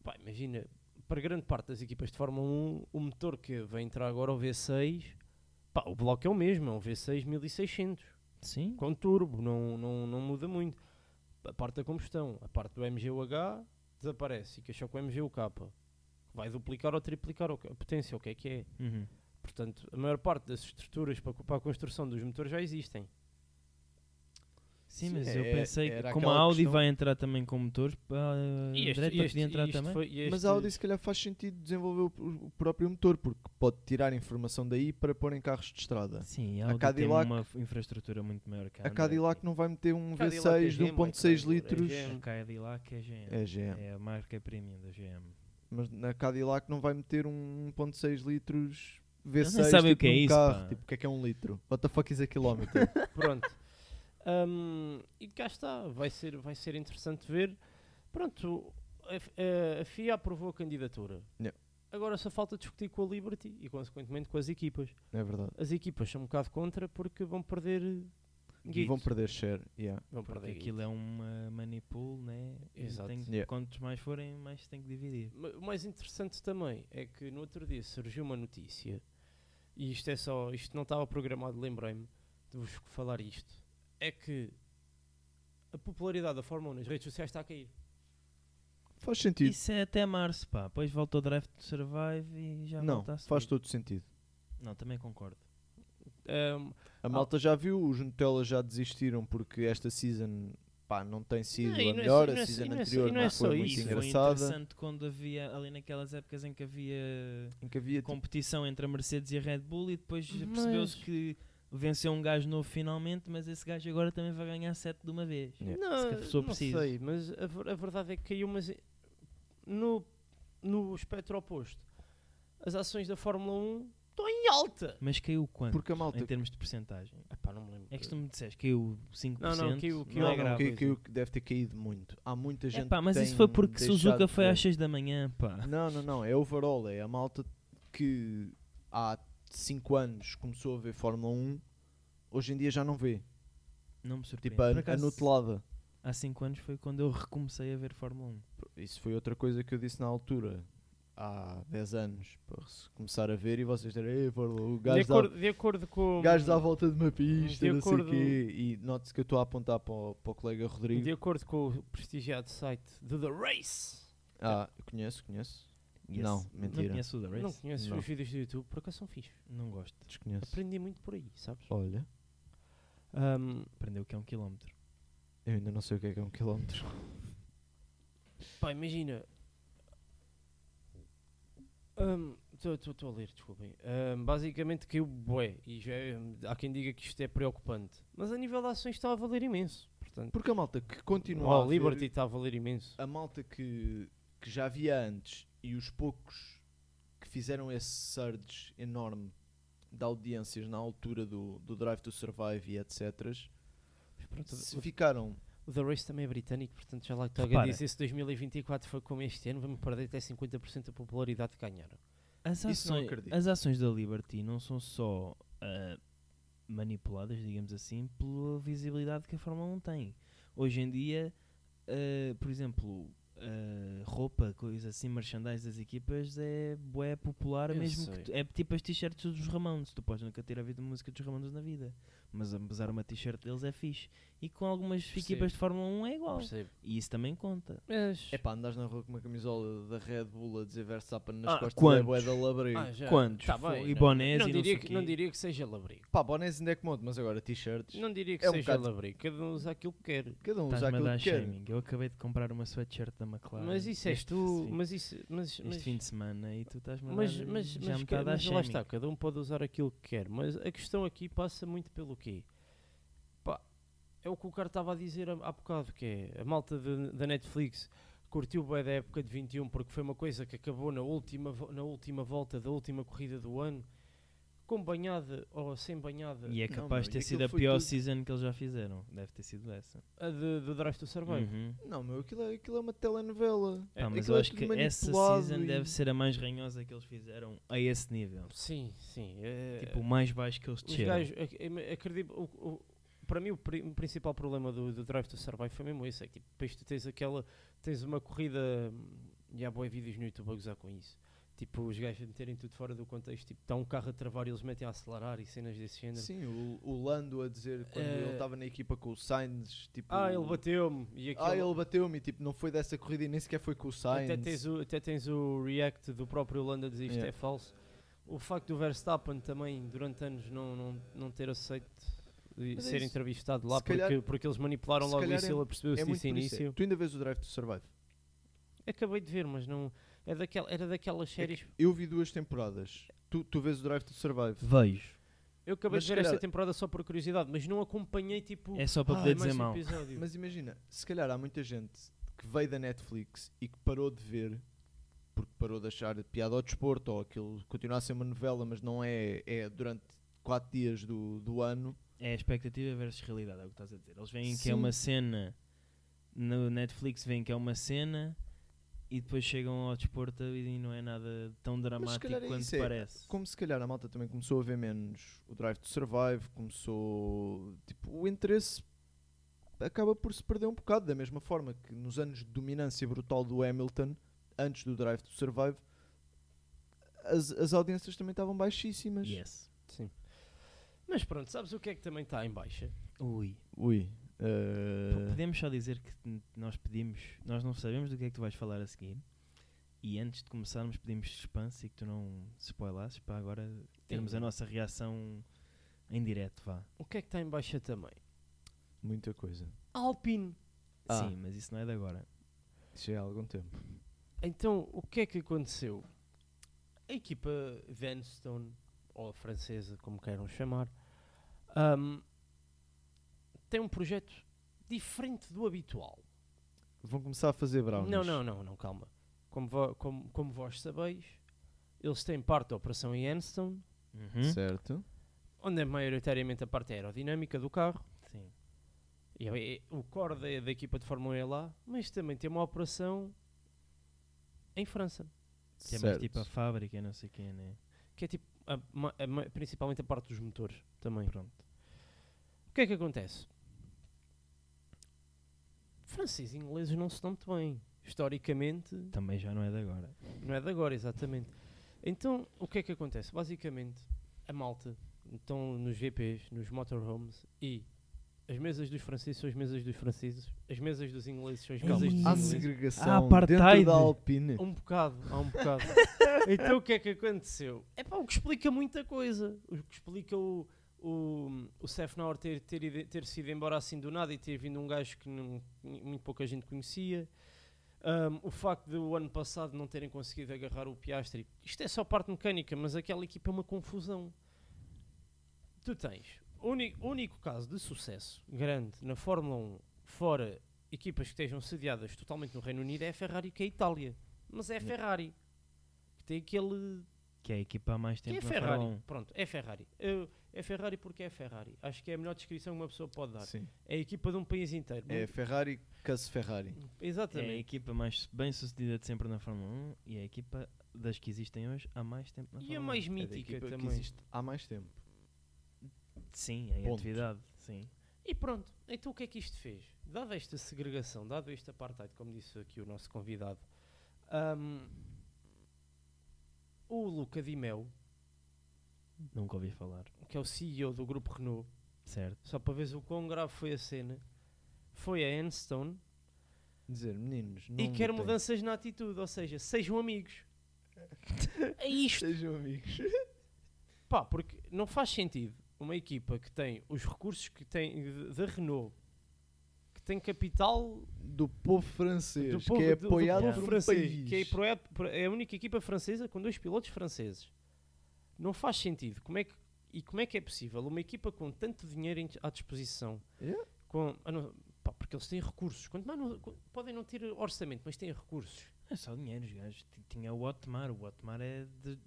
Speaker 1: Pá, imagina, para grande parte das equipas de Fórmula 1, o motor que vai entrar agora, o V6, pá, o bloco é o mesmo, é um V6 1600,
Speaker 3: Sim.
Speaker 1: com turbo, não, não, não muda muito. A parte da combustão, a parte do MGUH
Speaker 3: Uhum.
Speaker 1: desaparece, fica só com o MGUK, que vai duplicar ou triplicar o ca- a potência, o que é que é. Portanto, a maior parte das estruturas para, para a construção dos motores já existem.
Speaker 3: Sim,
Speaker 2: Sim,
Speaker 3: mas
Speaker 2: é-
Speaker 3: eu pensei
Speaker 2: era
Speaker 3: que como a
Speaker 2: aquela
Speaker 3: Audi
Speaker 2: questão-
Speaker 3: vai entrar também com motores, a
Speaker 1: E este-
Speaker 3: Andretti
Speaker 1: e
Speaker 3: vai
Speaker 1: este-
Speaker 3: poder
Speaker 1: e
Speaker 3: entrar
Speaker 1: isto
Speaker 3: também.
Speaker 1: foi- e
Speaker 2: Mas
Speaker 1: este-
Speaker 2: a Audi se calhar é faz sentido desenvolver o, o próprio motor, porque pode tirar informação daí para pôr em carros de estrada.
Speaker 3: Sim, é
Speaker 2: A
Speaker 3: a Audi
Speaker 2: Cadillac-
Speaker 3: tem uma f- infraestrutura muito maior que a
Speaker 2: A Cadillac não vai meter um
Speaker 1: Cadillac é
Speaker 2: V6 de
Speaker 1: GM,
Speaker 2: 1.6
Speaker 1: é
Speaker 2: litros.
Speaker 1: GM.
Speaker 3: A Cadillac é GM.
Speaker 2: É GM.
Speaker 3: É a marca premium da GM.
Speaker 2: Mas na Cadillac não vai meter um 1.6 litros
Speaker 3: Eles
Speaker 2: V6
Speaker 3: nem sabem o
Speaker 2: tipo,
Speaker 3: que é
Speaker 2: num
Speaker 3: isso,
Speaker 2: carro.
Speaker 3: pá.
Speaker 2: Tipo, o que é que é um litro? What the fuck is a kilometer?
Speaker 1: *laughs*
Speaker 3: *laughs*
Speaker 1: Pronto. Hum, e cá está, vai ser, vai ser interessante ver. Pronto, a, F- a- a FIA aprovou a candidatura.
Speaker 2: Yeah.
Speaker 1: Agora só falta discutir com a Liberty e, consequentemente, com as equipas.
Speaker 2: é verdade.
Speaker 1: As equipas são um bocado contra porque vão perder.
Speaker 2: E
Speaker 1: guito.
Speaker 2: vão perder share. Yeah.
Speaker 1: Vão
Speaker 3: Porque
Speaker 1: perder guito.
Speaker 3: aquilo é uma manipul, né? E
Speaker 1: Exato.
Speaker 3: Tem que-
Speaker 2: Yeah.
Speaker 3: Quantos mais forem, mais tem que dividir.
Speaker 1: Ma- O mais interessante também é que no outro dia surgiu uma notícia, e isto é só, isto não estava programado, lembrei-me de vos falar isto, é que a popularidade da Fórmula 1 nas redes sociais está a cair.
Speaker 2: Faz sentido.
Speaker 3: Isso é até março, pá. Depois volta o Drive to Survive e já
Speaker 2: não,
Speaker 3: volta a
Speaker 2: faz
Speaker 3: subir.
Speaker 2: todo sentido.
Speaker 3: Não, também concordo.
Speaker 1: Ahm,
Speaker 2: A malta já viu, os Nutella já desistiram porque esta season pá, não tem sido
Speaker 1: e
Speaker 2: a
Speaker 1: não é
Speaker 2: melhor,
Speaker 1: só- e não é
Speaker 2: a
Speaker 1: só-
Speaker 2: season
Speaker 1: e não é
Speaker 2: anterior
Speaker 1: só- e não é
Speaker 2: não
Speaker 1: só
Speaker 2: foi muito
Speaker 1: isso.
Speaker 3: Isso foi
Speaker 2: engraçada.
Speaker 3: interessante quando havia, ali naquelas épocas em que havia
Speaker 2: Em que havia tipo,
Speaker 3: competição entre a Mercedes e a Red Bull e depois
Speaker 1: Mas-
Speaker 3: percebeu-se que venceu um gajo novo finalmente, mas esse gajo agora também vai ganhar 7 de uma vez.
Speaker 2: Yeah.
Speaker 1: Não,
Speaker 3: Se a pessoa
Speaker 1: não
Speaker 3: precisa.
Speaker 1: sei, mas a, ver- a verdade é que caiu, mas e- no, no espectro oposto. As ações da Fórmula 1 estão em alta.
Speaker 3: Mas caiu quanto
Speaker 2: porque a malta
Speaker 3: em
Speaker 1: é
Speaker 3: termos de percentagem?
Speaker 1: Epá, não me lembro.
Speaker 3: É que tu me disseste, caiu 5%.
Speaker 1: Não, não, caiu- caiu
Speaker 3: não é
Speaker 1: algo,
Speaker 3: grave.
Speaker 2: que, que, que deve ter caído muito. Há muita gente.
Speaker 3: Epá, É mas
Speaker 2: que
Speaker 3: isso
Speaker 2: tem
Speaker 3: foi porque
Speaker 2: deixado
Speaker 3: Suzuka
Speaker 2: de
Speaker 3: foi
Speaker 2: ver.
Speaker 3: às 6 da manhã, pá.
Speaker 2: Não, não, não. É overall. É a malta que há 5 anos começou a ver Fórmula 1, hoje em dia já não vê.
Speaker 3: Não me surpreende.
Speaker 2: Tipo, a,
Speaker 3: Por
Speaker 2: a
Speaker 3: acaso,
Speaker 2: nutelada.
Speaker 3: há 5 anos foi quando eu recomecei a ver Fórmula 1.
Speaker 2: Isso foi outra coisa que eu disse na altura. Há 10 anos, para se começar a ver e vocês terem, "Ei, Fórmula 1, o
Speaker 1: de,
Speaker 2: gajo dá-
Speaker 1: acordo, de acordo com.
Speaker 2: gajos à volta de uma pista,
Speaker 1: De
Speaker 2: não sei
Speaker 1: acordo-
Speaker 2: o quê. E note-se que eu estou a apontar para o, para o colega Rodrigo.
Speaker 1: De acordo com o prestigiado site do The Race.
Speaker 2: Ah, eu conheço, conheço. Não,
Speaker 3: Não
Speaker 2: mentira.
Speaker 3: conheço o The Race.
Speaker 1: Não conheces
Speaker 2: Não.
Speaker 1: os vídeos do YouTube, por acaso são fixos.
Speaker 3: Não gosto.
Speaker 2: Desconheço.
Speaker 1: Aprendi muito por aí, sabes?
Speaker 2: Olha,
Speaker 1: Ahm,
Speaker 3: Aprendeu que é um quilómetro.
Speaker 2: eu ainda não sei o que é que é um quilómetro.
Speaker 1: pá, imagina. Estou a ler, desculpem. Ahm, basicamente caiu bué. E já, há quem diga que isto é preocupante. Mas a nível de ações está a valer imenso. Portanto,
Speaker 2: Porque a malta que continua
Speaker 1: o
Speaker 2: a ver-
Speaker 1: Liberty está a valer imenso.
Speaker 2: a malta que, que já havia antes e os poucos que fizeram esse surge enorme de audiências na altura do, do Drive to Survive e etc.
Speaker 1: Mas pronto,
Speaker 2: Se
Speaker 1: o-
Speaker 2: ficaram
Speaker 1: o The Race também é britânico, portanto já lá que alguém
Speaker 3: Repara.
Speaker 1: diz esse 2024 foi como este ano, vamos perder até 50% da popularidade que ganharam.
Speaker 3: As
Speaker 2: Isso não
Speaker 3: ações,
Speaker 2: acredito.
Speaker 3: as ações da Liberty não são só ah, manipuladas, digamos assim, pela visibilidade que a Fórmula 1 tem. Hoje em dia, ah, por exemplo, ah, roupa, coisas assim, merchandise das equipas é bué popular,
Speaker 1: Eu
Speaker 3: mesmo que
Speaker 1: sei.
Speaker 3: tu- é tipo as t-shirts dos Ramones. Tu podes nunca ter havido música dos Ramones na vida, mas apesar uma t-shirt deles é fixe. E com algumas
Speaker 1: Percebo.
Speaker 3: equipas de Fórmula 1 é igual.
Speaker 1: Percebo.
Speaker 3: E isso também conta.
Speaker 1: Mas.
Speaker 2: É pá, andas na rua com uma camisola da Red Bull a dizer Verstappen nas
Speaker 3: Ah,
Speaker 2: costas
Speaker 3: quantos?
Speaker 2: da bué da labrego.
Speaker 1: Ah, já.
Speaker 3: Quantos?
Speaker 1: Tá
Speaker 3: Foi-
Speaker 1: bem,
Speaker 3: e
Speaker 1: não-
Speaker 3: bonés
Speaker 1: não
Speaker 3: e não
Speaker 1: diria
Speaker 3: sei
Speaker 1: que,
Speaker 3: quê.
Speaker 1: não diria que seja labrigo.
Speaker 2: Pá, bonés ainda é comodo, mas agora t-shirts.
Speaker 1: Não diria que
Speaker 2: É um
Speaker 1: seja
Speaker 2: bocado-
Speaker 1: labrigo. Cada um usa aquilo que quer.
Speaker 2: Cada um usa
Speaker 3: Estás-me a
Speaker 2: aquilo
Speaker 3: dar
Speaker 2: que quer.
Speaker 3: shaming. Eu acabei de comprar uma sweatshirt da McLaren.
Speaker 1: mas isso és
Speaker 3: este
Speaker 1: tu.
Speaker 3: fim-
Speaker 1: Mas isso. Mas,
Speaker 3: este
Speaker 1: mas,
Speaker 3: fim de semana e tu estás-me a dar.
Speaker 1: mas, mas,
Speaker 3: já
Speaker 1: mas
Speaker 3: me
Speaker 1: que-
Speaker 3: está a dar
Speaker 1: mas lá
Speaker 3: shaming.
Speaker 1: está. Cada um pode usar aquilo que quer. Mas a questão aqui passa muito pelo quê? Pá, é o que o cara estava a dizer há, há bocado. Que é a malta de- da Netflix curtiu bem da época de 21 porque foi uma coisa que acabou na última, vo- na última volta da última corrida do ano. Com banhada ou sem banhada,
Speaker 3: E é
Speaker 2: Não,
Speaker 3: capaz
Speaker 2: meu,
Speaker 3: de ter
Speaker 2: e
Speaker 3: sido
Speaker 2: aquilo
Speaker 3: a
Speaker 2: foi
Speaker 3: pior
Speaker 2: tudo-
Speaker 3: season que eles já fizeram. Deve ter sido essa.
Speaker 1: a de, do Drive to Survive.
Speaker 3: Uhum.
Speaker 2: Não, meu, aquilo é, aquilo é uma telenovela.
Speaker 1: É,
Speaker 3: Pá, mas
Speaker 2: aquilo
Speaker 3: eu
Speaker 2: é
Speaker 3: acho que
Speaker 2: tudo
Speaker 3: essa
Speaker 2: manipulado
Speaker 3: season
Speaker 2: e-
Speaker 3: deve ser a mais ranhosa que eles fizeram a esse
Speaker 2: Uhum.
Speaker 3: nível.
Speaker 1: Sim, sim. é-
Speaker 2: um
Speaker 3: Tipo, o mais baixo que eles
Speaker 1: Os
Speaker 3: desceram.
Speaker 1: gajos, é ac- em- acredito, o- o- para mim o pri- o principal problema do, do Drive to Survive foi mesmo esse, é que tipo, depois tu tens aquela, tens uma corrida, hum, e há boi vídeos no YouTube a gozar com isso, tipo os gajos a meterem tudo fora do contexto, tipo está um carro a travar e eles metem a acelerar e cenas desse género.
Speaker 2: Sim, o, o Lando a dizer quando
Speaker 1: É.
Speaker 2: ele estava na equipa com o Sainz, tipo.
Speaker 1: Ah, ele bateu-me, e aquilo,
Speaker 2: Ah, ele bateu-me, tipo, não foi dessa corrida e nem sequer foi com o Sainz.
Speaker 1: até, tens o, até tens o react do próprio Landa a dizer isto
Speaker 2: Yeah.
Speaker 1: é falso. o facto do Verstappen também durante anos não, não, não ter aceito de
Speaker 2: Mas é
Speaker 1: ser
Speaker 2: isso.
Speaker 1: entrevistado lá
Speaker 2: Se calhar-
Speaker 1: porque, porque eles manipularam
Speaker 2: se
Speaker 1: logo
Speaker 2: calhar
Speaker 1: isso
Speaker 2: é-
Speaker 1: e ele apercebeu-se
Speaker 2: É muito
Speaker 1: disso
Speaker 2: por
Speaker 1: em
Speaker 2: isso, é.
Speaker 1: início.
Speaker 2: Tu ainda vês o Drive to Survive?
Speaker 1: Acabei de ver, mas não. É daquela, era daquelas séries.
Speaker 2: Eu vi duas temporadas. Tu, tu vês o Drive to Survive?
Speaker 3: Vejo.
Speaker 1: Eu acabei
Speaker 2: Mas
Speaker 1: de
Speaker 2: se
Speaker 1: ver esta
Speaker 2: calhar-
Speaker 1: temporada só por curiosidade, mas não acompanhei tipo.
Speaker 3: É só para
Speaker 1: "Ah,
Speaker 3: poder
Speaker 1: mais
Speaker 3: dizer
Speaker 1: um
Speaker 3: mal.
Speaker 1: episódio."
Speaker 2: Mas imagina, se calhar há muita gente que veio da Netflix e que parou de ver porque parou de achar piada ao desporto ou aquilo continua a ser uma novela, mas não é, é durante quatro dias do, do ano.
Speaker 3: É expectativa versus realidade, é o que estás a dizer. Eles veem que
Speaker 2: Sim.
Speaker 3: é uma cena no Netflix, veem que é uma cena e depois chegam ao desporto e não é nada tão dramático
Speaker 2: calhar é
Speaker 3: quanto
Speaker 2: isso, é-
Speaker 3: parece.
Speaker 2: Como se calhar a malta também começou a ver menos o Drive to Survive, começou. Tipo, o interesse acaba por se perder um bocado, da mesma forma que nos anos de dominância brutal do Hamilton, antes do Drive to Survive, as, as audiências também estavam baixíssimas.
Speaker 3: Yes.
Speaker 1: Sim. Mas pronto, sabes o que é que também está em baixa?
Speaker 3: Ui.
Speaker 2: Ui. eh,
Speaker 3: P- Podemos só dizer que n- nós pedimos, nós não sabemos do que é que tu vais falar a seguir. E antes de começarmos, pedimos suspense e que tu não spoilasses para agora termos a
Speaker 1: Sim.
Speaker 3: nossa reação em direto, vá.
Speaker 1: O que é que está em baixa também?
Speaker 2: Muita coisa.
Speaker 1: Alpine.
Speaker 2: Ah.
Speaker 3: Sim, mas isso não é de agora.
Speaker 2: Isso já há algum tempo.
Speaker 1: Então, o que é que aconteceu? A equipa Vanstone, ou a francesa, como queiram chamar, ahm, tem um projeto diferente do habitual.
Speaker 2: Vão começar a fazer brownies.
Speaker 1: Não, não, não, não, calma. Como, vo- como- como vós sabeis, eles têm parte da operação Enstone,
Speaker 3: Uhum.
Speaker 2: Certo.
Speaker 1: onde é maioritariamente a parte aerodinâmica do carro,
Speaker 3: Sim.
Speaker 1: e é- é- o core da, da equipa de Fórmula 1 é lá, mas também tem uma operação em França.
Speaker 3: Que é mais
Speaker 2: certo. Hum.
Speaker 3: tipo a fábrica, e não sei quem, né?
Speaker 1: que é tipo a ma- a ma- principalmente a parte dos motores também.
Speaker 3: Pronto.
Speaker 1: O que é que acontece? Franceses e ingleses não se dão muito bem. Historicamente,
Speaker 3: Também já não é de agora.
Speaker 1: não é de agora, exatamente. Então, o que é que acontece? Basicamente, a malta estão nos GPs, nos motorhomes e as mesas dos franceses são as mesas dos franceses, as mesas dos ingleses são as
Speaker 3: Calma,
Speaker 1: mesas dos
Speaker 2: Há
Speaker 1: ingleses.
Speaker 3: Há
Speaker 2: segregação
Speaker 3: apartheid.
Speaker 2: dentro da Alpine.
Speaker 1: Um bocado, há um bocado. então o que é que aconteceu? É pá, o que explica muita coisa. O que explica o, o, o Sefnaur ter, ter, ido- ter sido embora assim do nada e ter vindo um gajo que não- muito pouca gente conhecia. Ahm, o facto do ano passado não terem conseguido agarrar o Piastri. Isto é só parte mecânica, mas aquela equipa é uma confusão. Tu tens o uni- único caso de sucesso grande na Fórmula 1 fora equipas que estejam sediadas totalmente no Reino Unido é a Ferrari que é a Itália. Mas é a
Speaker 3: Yeah.
Speaker 1: Ferrari. Que tem aquele.
Speaker 3: Que é a equipa há mais
Speaker 1: Que é
Speaker 2: um
Speaker 3: tempo
Speaker 1: a
Speaker 3: na Fórmula
Speaker 1: Ferrari.
Speaker 3: 1.
Speaker 1: Pronto, é a Ferrari. Eu- é a Ferrari porque é a Ferrari. Acho que é a melhor descrição que uma pessoa pode dar.
Speaker 2: Sim.
Speaker 1: É a equipa de um país inteiro.
Speaker 2: É Ferrari, Cas Ferrari.
Speaker 1: Muito-
Speaker 3: É a
Speaker 1: Exatamente.
Speaker 3: equipa mais bem sucedida de sempre na Fórmula 1 e é a equipa das que existem hoje há mais tempo na
Speaker 1: e
Speaker 3: Fórmula
Speaker 1: a
Speaker 3: 1.
Speaker 1: mais
Speaker 2: É da
Speaker 1: mítica
Speaker 2: equipa que
Speaker 1: também.
Speaker 2: existe há mais tempo.
Speaker 3: um. Sim, em
Speaker 2: Ponto.
Speaker 3: atividade, sim.
Speaker 1: E pronto, então o que é que isto fez? Dada esta segregação, dado este apartheid, como disse aqui o nosso convidado, ahm, o Luca Di Mel,
Speaker 3: Nunca ouvi falar.
Speaker 1: que é o CEO do grupo Renault,
Speaker 3: Certo.
Speaker 1: só para veres o quão grave foi a cena, foi a Enstone
Speaker 2: Dizer, meninos, não
Speaker 1: e quer
Speaker 2: lutem.
Speaker 1: mudanças na atitude, ou seja, sejam amigos. é isto.
Speaker 2: Sejam amigos.
Speaker 1: Pá, porque não faz sentido uma equipa que tem os recursos que tem de- da Renault, que tem capital
Speaker 2: Do povo francês,
Speaker 1: do povo,
Speaker 2: que é
Speaker 1: do- do
Speaker 2: apoiado
Speaker 1: povo
Speaker 2: por um
Speaker 1: francês,
Speaker 2: país.
Speaker 1: que é, pro- é- pro- é a única equipa francesa com dois pilotos franceses. Não faz sentido. Como é que, e como é que é possível uma equipa com tanto dinheiro em- à disposição?
Speaker 2: Yeah.
Speaker 1: Com, a não- pá, porque eles têm recursos. Quanto mais não- co- podem não ter orçamento, mas têm recursos.
Speaker 3: É só dinheiro, os gajos. Ti- Tinha o Otmar. O Otmar é de-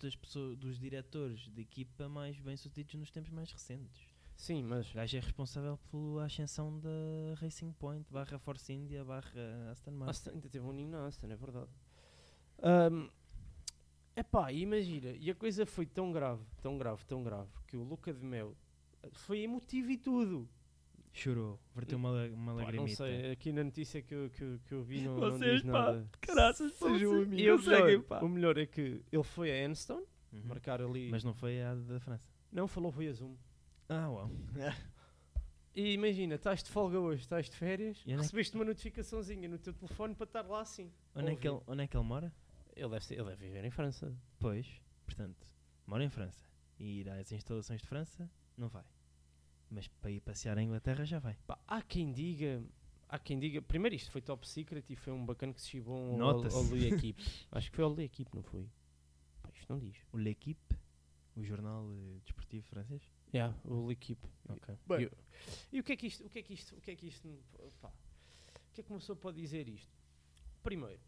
Speaker 3: das pessoas, dos diretores de equipa mais bem sucedidos nos tempos mais recentes.
Speaker 1: Sim, mas
Speaker 3: O gajo é responsável pela ascensão da Racing Point, barra Force India, barra Aston Martin.
Speaker 1: Aston, ainda teve um ninho na Aston, é verdade. Ahm, epá, e imagina, e a coisa foi tão grave, tão grave, tão grave, que o Luca de Mel eh, foi emotivo e tudo.
Speaker 3: Chorou, verteu uma, la- uma
Speaker 1: Pá, não
Speaker 3: lagrimita.
Speaker 1: sei, aqui na notícia que eu, que, eu- que eu vi não, não diz
Speaker 3: Vocês, pá,
Speaker 1: nada.
Speaker 3: Caraças,
Speaker 2: Sejam amigos.
Speaker 1: E o,
Speaker 3: conseguem,
Speaker 1: melhor, o melhor é que ele foi a Enstone,
Speaker 3: Uhum.
Speaker 1: marcar ali.
Speaker 3: Mas não foi a da França.
Speaker 1: Não falou, foi a Zoom.
Speaker 3: Ah, uau.
Speaker 1: E imagina, estás de folga hoje, estás de férias,
Speaker 3: E onde é que-
Speaker 1: recebeste uma notificaçãozinha no teu telefone para estar lá assim.
Speaker 3: Onde é, que
Speaker 1: Ouvi.
Speaker 3: ele, onde é que ele mora?
Speaker 1: Ele deve, ser- ele deve viver em França.
Speaker 3: Pois, portanto, mora em França e ir às instalações de França, não vai. Mas para ir passear à Inglaterra já vai.
Speaker 1: Pá, há quem diga. Há quem diga. Primeiro, isto foi top secret e foi um bacana que se chibou ao,
Speaker 3: Nota-se.
Speaker 1: ao Lee Equipe. Acho que foi ao Lee Equipe, não foi? Pá, isto não diz.
Speaker 3: O L'Equipe, o jornal eh, desportivo francês.
Speaker 1: Yeah, o Lee Equipe.
Speaker 3: Ok.
Speaker 2: Bem.
Speaker 1: E, e o que é que isto. O que é que isto. O que é que isto. pá, o que é que uma pessoa pode dizer isto? Primeiro,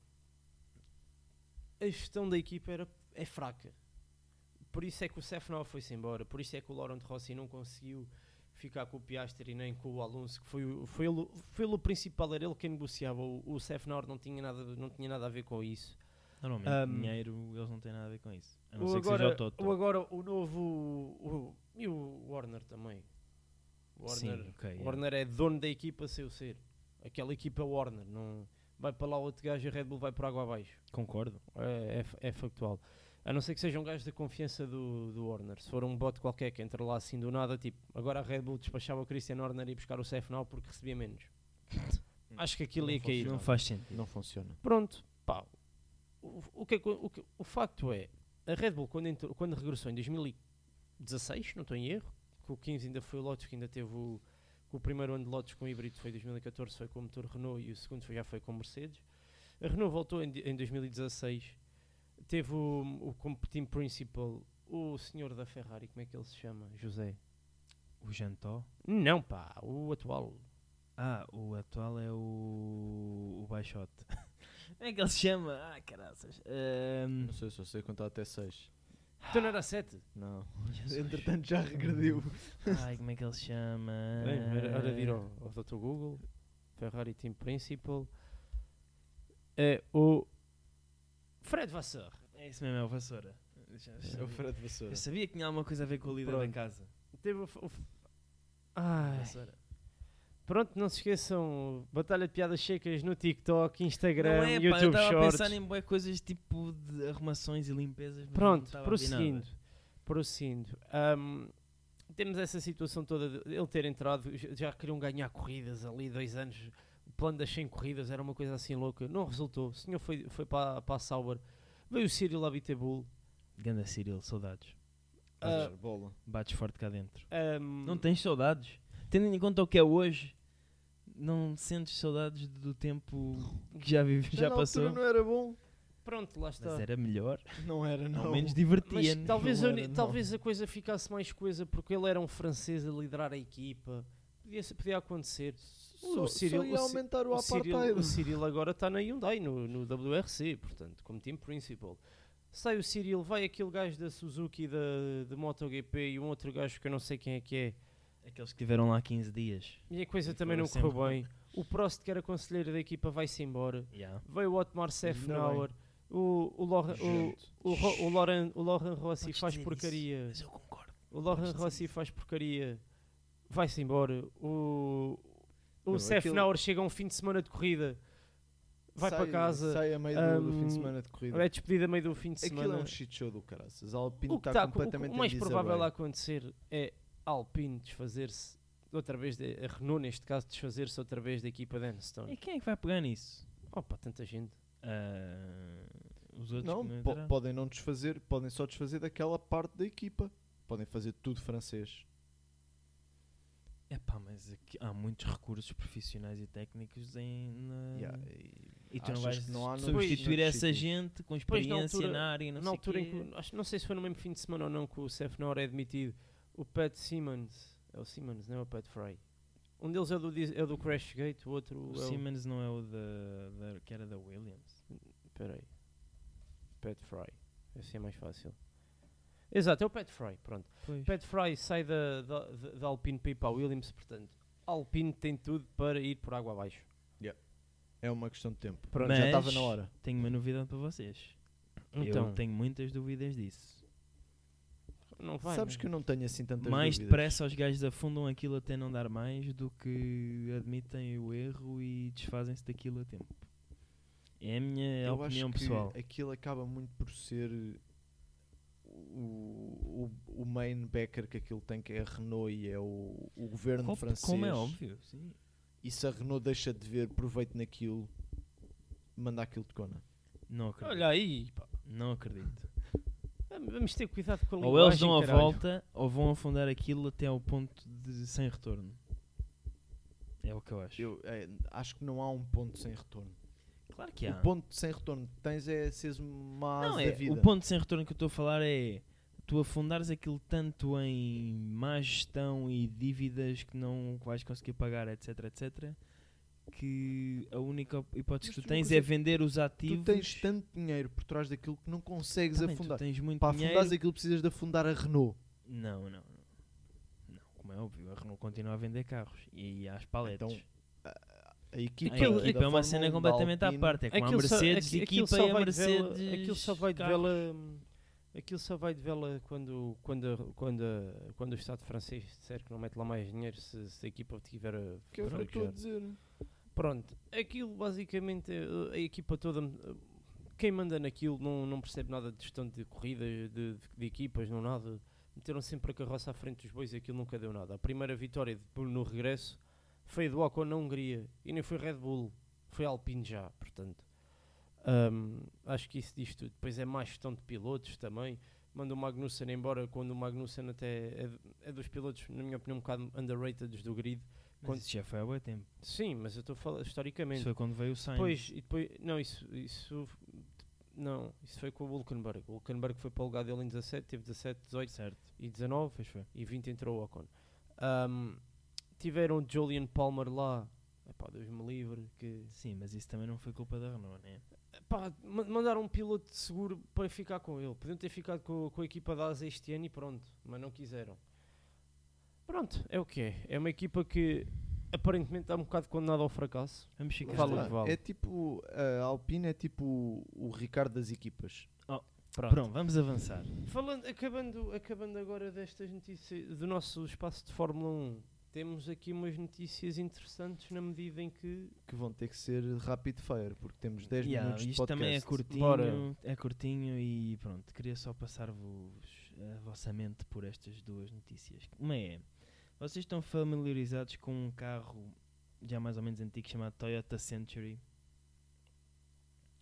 Speaker 1: a gestão da equipa era, é fraca. Por isso é que o Sefnov foi-se embora. Por isso é que o Laurent Rossi não conseguiu ficar com o Piastri nem com o Alonso, que foi, o- foi, ele, foi ele o principal, era ele quem negociava. O, o Sefnor não tinha, nada, não tinha nada a ver com isso.
Speaker 3: Normalmente,
Speaker 1: Um,
Speaker 3: dinheiro, eles não têm nada a ver com isso. A não
Speaker 1: O
Speaker 3: ser que seja
Speaker 1: agora,
Speaker 3: o Toto.
Speaker 1: o agora o novo. o- e o Warner também. O Warner,
Speaker 3: Sim, ok.
Speaker 1: o Warner é dono da equipa sem o ser. Aquela equipa é Warner. Não, vai para lá outro gajo e a Red Bull vai por água abaixo.
Speaker 3: é. Concordo.
Speaker 1: É, é fa- é factual. A não ser que seja um gajo da confiança do, do Warner. Se for um bot qualquer que entra lá assim do nada, tipo, agora a Red Bull despachava o Christian Horner e ia buscar o CFNAL porque recebia
Speaker 2: *laughs*
Speaker 1: menos. Acho que aquilo
Speaker 2: Não
Speaker 1: ia cair.
Speaker 2: funciona.
Speaker 3: Não faz sentido.
Speaker 2: Não funciona.
Speaker 1: Pronto, pá. O, o que é que- o que- o facto é, a Red Bull, quando, entrou- quando regressou em 2016, não estou em erro, que o 15 ainda foi o Lotus, que ainda teve o, que o primeiro ano de Lotus com híbrido foi 2014, foi com o motor Renault e o segundo foi- já foi com Mercedes. A Renault voltou em, di- em 2016, teve o, o como team principal, o senhor da Ferrari, como é que ele se chama? José?
Speaker 3: O Jantó.
Speaker 1: Não, pá, o atual.
Speaker 3: Ah, o atual é o. O Baixote. *laughs* Como é que ele se chama? Ah, caraças. Ahm,
Speaker 2: Não sei, só sei contar até 6.
Speaker 1: Então não era 7?
Speaker 2: Não. *laughs*
Speaker 3: *laughs*
Speaker 2: Entretanto já regrediu.
Speaker 3: ai, como é que ele se chama?
Speaker 1: Bem, era, era de ir ao,
Speaker 3: Eh,
Speaker 1: ao Dr. Google, Ferrari Team Principal. É o Fred Vasseur.
Speaker 3: É isso mesmo, é o Vassoura. Já
Speaker 2: É o
Speaker 3: sabia.
Speaker 2: Fred Vassoura.
Speaker 3: Eu sabia que tinha alguma coisa a ver com o líder
Speaker 1: Pronto.
Speaker 3: da casa.
Speaker 1: Teve o, f- o f- Ai.
Speaker 3: Vassoura.
Speaker 1: Pronto, não se esqueçam, Batalha de Piadas Secas no TikTok, Instagram,
Speaker 3: não é, pá, eu
Speaker 1: YouTube
Speaker 3: estava a
Speaker 1: Shorts.
Speaker 3: pensar em boas coisas tipo de arrumações e limpezas. mas não
Speaker 1: Pronto,
Speaker 3: estava a ver nada.
Speaker 1: prosseguindo. Prosseguindo. Ahm, temos essa situação toda de ele ter entrado, j- já queriam ganhar corridas ali, dois anos. O plano das 100 corridas era uma coisa assim louca. Não resultou. O senhor foi, foi para, para a Sauber. Veio o Cyril Abitabull.
Speaker 3: Ganda Cyril, saudades.
Speaker 1: Ah,
Speaker 2: Bater bola.
Speaker 3: Bates forte cá dentro.
Speaker 1: ahm,
Speaker 3: Não tens saudades. Tendo em conta o que é hoje, não sentes saudades do tempo que já vive, já,
Speaker 2: na
Speaker 3: passou.
Speaker 2: altura não era bom.
Speaker 1: Pronto, lá está.
Speaker 3: Mas era melhor.
Speaker 2: Não era, não.
Speaker 3: Ao menos
Speaker 1: Mas
Speaker 3: divertia-nos.
Speaker 1: talvez,
Speaker 2: é não
Speaker 1: a,
Speaker 2: era,
Speaker 1: uni-
Speaker 2: não.
Speaker 1: talvez a coisa ficasse mais coisa porque ele era um francês a liderar a equipa. Podia, ser- podia acontecer.
Speaker 2: Só,
Speaker 1: o Cyril-
Speaker 2: só ia
Speaker 1: o Cy-
Speaker 2: aumentar o,
Speaker 1: O Cyril,
Speaker 2: apartheid.
Speaker 1: o Cyril agora está na Hyundai, no, no WRC, portanto, como team principal. Sai o Cyril, vai aquele gajo da Suzuki da, de MotoGP e um outro gajo que eu não sei quem é que é.
Speaker 3: Aqueles que tiveram lá 15 dias.
Speaker 1: E a coisa
Speaker 3: E
Speaker 1: também não
Speaker 3: foram
Speaker 1: correu
Speaker 3: sempre-
Speaker 1: bem. O Prost, que era conselheiro da equipa, vai-se embora.
Speaker 3: Yeah.
Speaker 1: Veio o Otmar Sefnauer. O, o, Lohan, o,
Speaker 2: Gente.
Speaker 1: o, Ro- o, Loren, o Loren Rossi
Speaker 3: Podes
Speaker 1: faz
Speaker 3: dizer isso,
Speaker 1: porcaria.
Speaker 3: Mas eu concordo.
Speaker 1: O Lohan
Speaker 3: Podes dizer
Speaker 1: Rossi
Speaker 3: isso.
Speaker 1: faz porcaria, vai-se embora. O, o
Speaker 2: Não,
Speaker 1: Seth
Speaker 2: aquilo-
Speaker 1: Nauer chega a um fim de semana de corrida, vai
Speaker 2: Sai-
Speaker 1: para casa, um,
Speaker 2: Sai a meio do, do fim de
Speaker 1: Ahm,
Speaker 2: semana de corrida.
Speaker 1: é despedido a meio do fim de
Speaker 2: Aquilo
Speaker 1: semana.
Speaker 2: é um shit show do caraças. A Alpine
Speaker 1: o, que
Speaker 2: está
Speaker 1: tá- o-
Speaker 2: completamente é.
Speaker 1: o mais
Speaker 2: em
Speaker 1: provável a
Speaker 2: disarray.
Speaker 1: acontecer é a Alpine desfazer-se, outra vez, de, a Renault neste caso, desfazer-se outra vez da equipa da
Speaker 3: E
Speaker 1: Enstone.
Speaker 3: quem é que vai pegar nisso?
Speaker 1: Opa, tanta gente.
Speaker 3: Ah, os outros que
Speaker 2: Não,
Speaker 3: não
Speaker 2: po-
Speaker 3: entraram?
Speaker 2: podem não desfazer, podem só desfazer daquela parte da equipa. Podem fazer tudo francês.
Speaker 3: Epá, mas aqui há muitos recursos profissionais e técnicos em. na-
Speaker 2: Yeah, e-
Speaker 3: E tu não
Speaker 2: achas
Speaker 3: vais
Speaker 2: que não há no-
Speaker 3: substituir
Speaker 2: no
Speaker 3: essa
Speaker 2: sítio.
Speaker 3: gente com
Speaker 1: na
Speaker 3: experiência
Speaker 1: altura-
Speaker 3: na área e não
Speaker 1: Na
Speaker 3: sei
Speaker 1: altura em
Speaker 3: quê.
Speaker 1: que, acho, não sei se foi no mesmo fim de semana ou não que o Seth Nauer é admitido, o Pat Simmons, é o Simmons, não é o Pat Frey. Um deles é do, dis- é do Crashgate, o outro
Speaker 3: O
Speaker 1: é o...
Speaker 3: Siemens não é o da, da- que era da Williams.
Speaker 1: Peraí. Pat Fry. Assim é mais fácil. Exato, é o Pat Fry, pronto. Pat Fry sai da, da, da- da Alpine para ir para a Williams, portanto, Alpine tem tudo para ir por água abaixo.
Speaker 2: É uma questão de tempo.
Speaker 1: Pronto,
Speaker 2: Já
Speaker 3: Mas-
Speaker 2: estava na hora.
Speaker 3: Tenho uma novidade para vocês.
Speaker 1: então,
Speaker 3: Eu tenho muitas dúvidas disso.
Speaker 1: não vai. né?
Speaker 2: Sabes
Speaker 1: não.
Speaker 2: que eu não tenho assim tantas
Speaker 3: mais
Speaker 2: dúvidas.
Speaker 3: depressa os gajos afundam aquilo até não dar mais do que admitem o erro e desfazem-se daquilo a tempo. É a minha
Speaker 2: eu
Speaker 3: opinião
Speaker 2: acho que
Speaker 3: pessoal.
Speaker 2: aquilo acaba muito por ser eh, o, o, o main backer que aquilo tem, que é a Renault e é o, o governo
Speaker 3: Como-
Speaker 2: francês.
Speaker 3: Como é óbvio, sim.
Speaker 2: E se a Renault deixa de ver proveito naquilo, manda aquilo de cona.
Speaker 3: Não acredito.
Speaker 1: Olha aí, pá.
Speaker 3: Não acredito.
Speaker 1: A Vamos ter cuidado com a
Speaker 3: Ou eles
Speaker 1: linguagem,
Speaker 3: dão a
Speaker 1: caralho.
Speaker 3: volta ou vão afundar aquilo até ao ponto de sem retorno. É o que eu acho.
Speaker 2: Eu, é, acho que não há um ponto sem retorno.
Speaker 3: Claro que há.
Speaker 2: O ponto sem retorno que tens é seres uma asa
Speaker 3: não,
Speaker 2: da
Speaker 3: é,
Speaker 2: vida.
Speaker 3: o ponto sem retorno que eu estou a falar é tu afundares aquilo tanto em má gestão e dívidas que não vais conseguir pagar, etc, etc, que a única op- hipótese
Speaker 2: Mas
Speaker 3: que tu
Speaker 2: tu não
Speaker 3: tens é
Speaker 2: consegues-
Speaker 3: vender os
Speaker 2: Tu
Speaker 3: ativos.
Speaker 2: tens tanto dinheiro por trás daquilo que não consegues
Speaker 3: Também,
Speaker 2: afundar.
Speaker 3: Tu tens muito
Speaker 2: Para
Speaker 3: dinheiro.
Speaker 2: afundares aquilo precisas de afundar a Renault.
Speaker 3: Não, não, não. Não, como é óbvio, a Renault continua a vender carros e às paletas.
Speaker 2: Então, A equipa,
Speaker 3: A
Speaker 1: aquilo-
Speaker 2: da
Speaker 3: equipa é uma
Speaker 2: Fórmula
Speaker 3: cena
Speaker 2: 1, da
Speaker 3: completamente à
Speaker 2: Alpine,
Speaker 3: parte. É como a
Speaker 1: Aquilo só-
Speaker 3: Mercedes,
Speaker 1: aqui- aquilo
Speaker 3: equipa
Speaker 1: só
Speaker 3: é a
Speaker 1: vai de vela-
Speaker 3: Mercedes.
Speaker 1: Aquilo só vai de
Speaker 3: carro.
Speaker 1: vela. Aquilo só vai de vela quando, quando, a- quando, a- quando o Estado francês disser que não mete lá mais dinheiro se, se a equipa tiver a
Speaker 2: Que é o que eu
Speaker 1: fraquejar.
Speaker 2: estou a dizer.
Speaker 1: Pronto, aquilo basicamente eh, a equipa toda. eh, Quem manda naquilo não, não percebe nada de gestão de corrida, de, de- de equipas, não nada. Meteram sempre a carroça à frente dos bois e aquilo nunca deu nada. A primeira vitória de- no regresso foi do Ocon na Hungria e nem foi Red Bull, foi Alpine já, portanto. Ahm, acho que isso diz tudo. Depois é má gestão de pilotos também. Manda o Magnussen embora quando o Magnussen até é, é dos pilotos, na minha opinião, um bocado underrated dos do grid.
Speaker 3: Mas
Speaker 1: Quando-
Speaker 3: isso já foi há bom tempo.
Speaker 1: Sim, mas eu estou a falar historicamente.
Speaker 3: Isso foi quando veio o Sainz.
Speaker 1: Depois, e depois, não, isso, isso, não, isso foi com o Hulkenberg. O Hulkenberg foi para o lugar dele em 17, teve 17, 18
Speaker 3: Certo,
Speaker 1: e 19
Speaker 3: depois foi.
Speaker 1: e 20 entrou o Ocon. Ahm, tiveram o Julian Palmer lá, epá, Deus me livre, que
Speaker 3: Sim, mas isso também não foi culpa da Renault, né?
Speaker 1: epá, ma- mandaram um piloto de seguro para ficar com ele. Podiam ter ficado com, com a equipa da Asa este ano e pronto, mas não quiseram. Pronto, é o que é. É uma equipa que aparentemente está um bocado condenada ao fracasso.
Speaker 3: Vamos
Speaker 2: Lá
Speaker 3: ficar.
Speaker 1: Vale o
Speaker 2: está.
Speaker 1: que vale.
Speaker 2: É tipo, a Alpine é tipo o- o Ricardo das equipas.
Speaker 1: Pronto.
Speaker 3: Pronto, vamos avançar.
Speaker 1: Falando, acabando, acabando agora destas notícias do nosso espaço de Fórmula 1, temos aqui umas notícias interessantes na medida em que
Speaker 2: Que vão ter que ser rapid fire, porque temos 10
Speaker 3: Yeah,
Speaker 2: minutos de
Speaker 3: isto
Speaker 2: podcast.
Speaker 3: também é curtinho,
Speaker 1: Bora.
Speaker 3: é curtinho e pronto, queria só passar-vos a vossa mente por estas duas notícias. Uma é, vocês estão familiarizados com um carro já mais ou menos antigo chamado Toyota Century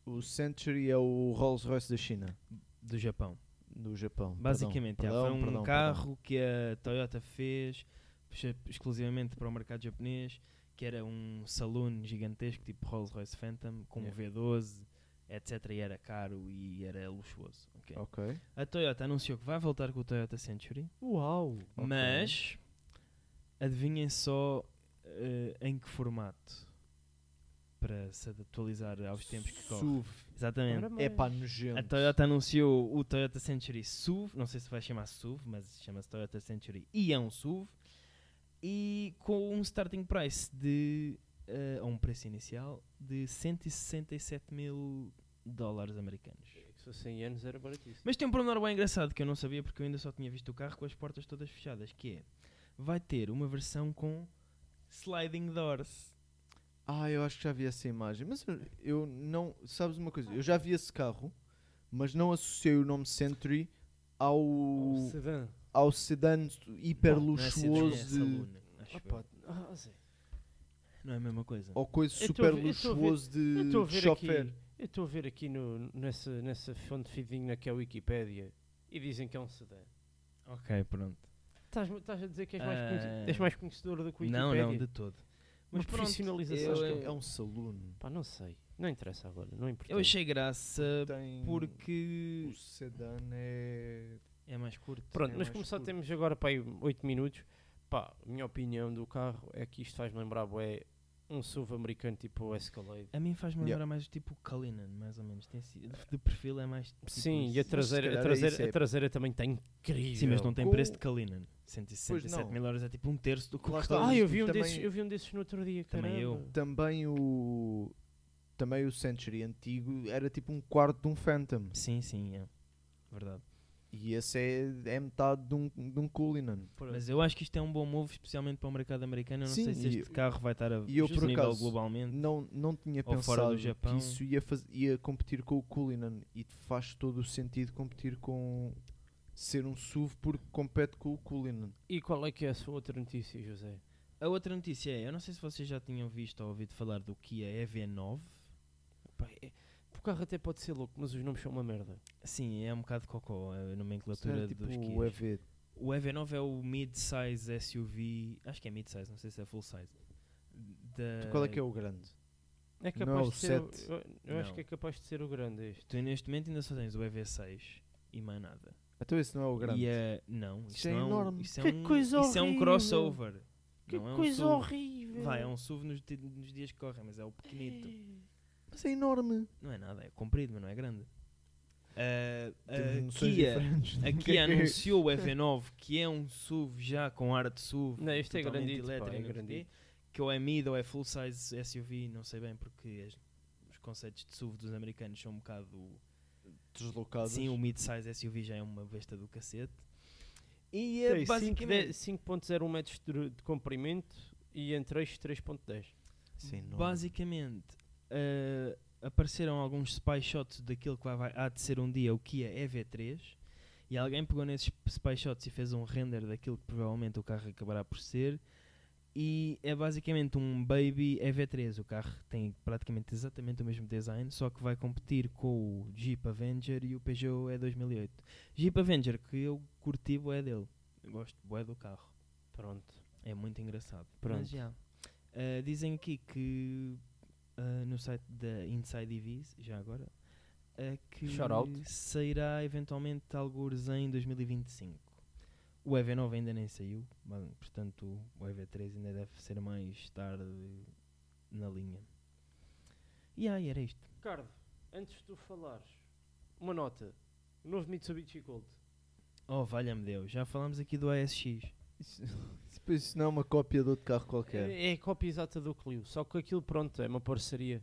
Speaker 2: O Century é o Rolls Royce da China,
Speaker 3: do Japão?
Speaker 2: do Japão.
Speaker 3: Basicamente,
Speaker 2: Perdão,
Speaker 3: já,
Speaker 2: perdão,
Speaker 3: foi um
Speaker 2: perdão,
Speaker 3: carro que a Toyota fez puxa- exclusivamente para o mercado japonês, que era um saloon gigantesco, tipo Rolls-Royce Phantom, com um
Speaker 2: Yeah.
Speaker 3: V12, etc. E era caro e era luxuoso. ok?
Speaker 2: perdão. Ok.
Speaker 3: A Toyota anunciou que vai voltar com o Toyota Century,
Speaker 1: uau!
Speaker 2: Ok.
Speaker 3: mas adivinhem só eh, em que formato para se atualizar aos tempos que correm. Então
Speaker 2: SUV.
Speaker 3: Exatamente.
Speaker 2: É pá, nojento.
Speaker 3: A Toyota anunciou o Toyota Century SUV, não sei se vai chamar SUV, mas chama-se Toyota Century e é um SUV, e com um starting price de, eh, a um preço inicial, de 167 mil dólares americanos.
Speaker 1: Se fosse 100 anos era baratíssimo.
Speaker 3: Mas tem um pormenor bem engraçado que eu não sabia porque eu ainda só tinha visto o carro com as portas todas fechadas, que é, vai ter uma versão com sliding doors.
Speaker 2: Ah, eu acho que já vi essa imagem. Mas eu, eu não. Sabes uma coisa? Eu já vi esse carro, mas não associei o nome Century ao,
Speaker 1: Um sedã.
Speaker 2: ao sedã hiper
Speaker 3: Não, não é sedã, é
Speaker 2: luxuoso de,
Speaker 3: saloon, acho
Speaker 1: Ah,
Speaker 3: eu.
Speaker 1: pá, ah, Zé,
Speaker 3: Não é a mesma coisa.
Speaker 2: ou coisa
Speaker 1: Eu tô a
Speaker 2: super
Speaker 1: ver- eu tô a ver-
Speaker 2: luxuoso
Speaker 1: eu
Speaker 2: de,
Speaker 1: estou a
Speaker 2: de
Speaker 1: ver aqui,
Speaker 2: chofer.
Speaker 1: eu estou a ver aqui no, nessa, nessa fonte fidedigna que é a Wikipédia e dizem que é um sedã.
Speaker 3: Ok, pronto.
Speaker 1: Estás-me- Estás a dizer que és mais,
Speaker 3: Ah.
Speaker 1: conhece- és mais conhecedor do que Wikipédia?
Speaker 3: Não, não, de todo.
Speaker 1: Uma
Speaker 3: Mas pronto,
Speaker 1: profissionalização.
Speaker 3: eu-
Speaker 2: Acho
Speaker 3: eu-
Speaker 2: que é um saloon.
Speaker 1: Pá, não sei. Não interessa agora, não importa.
Speaker 3: Eu achei graça
Speaker 2: Tem
Speaker 3: porque
Speaker 2: O sedã é.
Speaker 3: é mais curto.
Speaker 1: Pronto,
Speaker 2: É
Speaker 1: mas
Speaker 2: mais
Speaker 1: como só
Speaker 2: escuro.
Speaker 1: temos agora para aí 8 minutos, pá, a minha opinião do carro é que isto faz-me lembrar é um SUV americano tipo o Escalade.
Speaker 3: A mim faz-me
Speaker 2: Yeah.
Speaker 3: lembrar mais o tipo Cullinan, mais ou menos. Tem sido, de, de perfil é mais. Tipo
Speaker 1: Sim,
Speaker 3: isso.
Speaker 1: e a
Speaker 2: se
Speaker 1: traseira, a
Speaker 2: calhar é isso,
Speaker 1: traseira,
Speaker 2: é-
Speaker 1: a traseira também está incrível.
Speaker 3: Sim, mas não tá tem
Speaker 2: Com-
Speaker 3: preço de Cullinan. 167
Speaker 2: não.
Speaker 3: mil euros é tipo um terço do que
Speaker 2: Lá
Speaker 3: o
Speaker 2: está.
Speaker 3: Cullinan.
Speaker 1: Ah, eu vi, um
Speaker 2: Também-
Speaker 1: desses, eu vi um desses no outro dia, caramba.
Speaker 3: Também eu.
Speaker 2: Também o. Também o Century antigo era tipo um quarto de um Phantom.
Speaker 3: Sim, sim, é. Verdade.
Speaker 2: E esse é, é metade de um, de um Cullinan.
Speaker 3: Mas eu acho que isto é um bom move, especialmente para o mercado americano. Eu não
Speaker 2: Sim,
Speaker 3: sei se
Speaker 2: e-
Speaker 3: este carro vai estar a
Speaker 2: e eu, por
Speaker 3: disponível
Speaker 2: acaso,
Speaker 3: globalmente.
Speaker 2: Não, não tinha
Speaker 3: Ou fora do
Speaker 2: pensado
Speaker 3: Japão.
Speaker 2: que isso ia, faz, ia competir com o Cullinan. E faz todo o sentido competir com. ser um SUV porque compete com o Cullinan.
Speaker 1: E qual é que é a sua outra notícia, José?
Speaker 3: A outra notícia é, eu não sei se vocês já tinham visto ou ouvido falar do Kia EV9. Pá, é-
Speaker 1: carro até pode ser louco, mas os nomes são uma merda.
Speaker 3: Sim, é um bocado cocó a
Speaker 2: Isto
Speaker 3: nomenclatura
Speaker 2: era tipo
Speaker 3: dos
Speaker 2: o
Speaker 3: Kias.
Speaker 2: EV.
Speaker 3: O EV9 é o mid-size SUV, acho que é mid-size, não sei se é full-size. da-
Speaker 2: Qual é que é o grande?
Speaker 1: É capaz
Speaker 2: Não,
Speaker 1: de ser. o-
Speaker 2: sete.
Speaker 1: Eu, eu acho
Speaker 3: Não.
Speaker 1: que é capaz de ser o grande este.
Speaker 3: Tu neste momento ainda só tens o EV6 e mais nada.
Speaker 2: Então esse não é o grande.
Speaker 3: E é, não, isso,
Speaker 2: é
Speaker 3: não um-
Speaker 2: enorme.
Speaker 3: Isso é
Speaker 1: Que
Speaker 3: um,
Speaker 1: coisa
Speaker 3: isso é um
Speaker 1: horrível.
Speaker 3: crossover.
Speaker 1: Que
Speaker 3: não é um
Speaker 1: coisa
Speaker 3: SUV.
Speaker 1: horrível!
Speaker 3: Vai, é um SUV nos, ti- nos dias que correm, mas é o pequenito.
Speaker 2: Mas é enorme.
Speaker 3: Não é nada, é comprido, mas não é grande. Ah,
Speaker 2: Temos um
Speaker 3: a
Speaker 2: noções
Speaker 3: Kia,
Speaker 2: diferentes do
Speaker 3: a
Speaker 1: *laughs*
Speaker 2: que
Speaker 3: Kia
Speaker 2: é que é.
Speaker 3: anunciou o EV9, que é um SUV já com ar de SUV.
Speaker 1: Não, este é
Speaker 3: totalmente
Speaker 1: grandito, pá, é
Speaker 3: elétrico, não sei o
Speaker 1: grandito.
Speaker 3: quê, Que ou é mid ou é full size SUV, não sei bem, porque as- os conceitos de SUV dos americanos são um bocado.
Speaker 2: Deslocadas.
Speaker 3: Sim, o mid size SUV já é uma besta do cacete. E é
Speaker 1: Tem cinco de-
Speaker 3: basicamente.
Speaker 1: 5.01 metros de, de comprimento e entre eixos 3.10.
Speaker 2: Isso é enorme.
Speaker 3: Basicamente, eh, apareceram alguns spy shots daquilo que vai, vai- há de ser um dia o Kia EV3 e alguém pegou nesses spy shots e fez um render daquilo que provavelmente o carro acabará por ser e é basicamente um baby EV3. O carro tem praticamente exatamente o mesmo design, só que vai competir com o Jeep Avenger e o Peugeot E2008. Jeep Avenger que eu curti bué dele. Eu gosto bué do carro.
Speaker 1: Pronto.
Speaker 3: É muito engraçado.
Speaker 1: Pronto.
Speaker 3: Mas já. Ah, dizem aqui que ah, no site da Inside EVs, já agora, ah, que
Speaker 1: Shout out.
Speaker 3: sairá eventualmente algures em 2025. O EV9 ainda nem saiu, mas, portanto o EV3 ainda deve ser mais tarde na linha. E aí era isto.
Speaker 1: Ricardo, antes de tu falares, uma nota. O novo Mitsubishi Colt.
Speaker 3: Oh, valha-me Deus, já falámos aqui do ASX.
Speaker 2: Isso, isso- pois isso não é uma cópia de outro carro qualquer.
Speaker 1: É, é a cópia exata do Clio, só que aquilo, pronto, é uma parceria.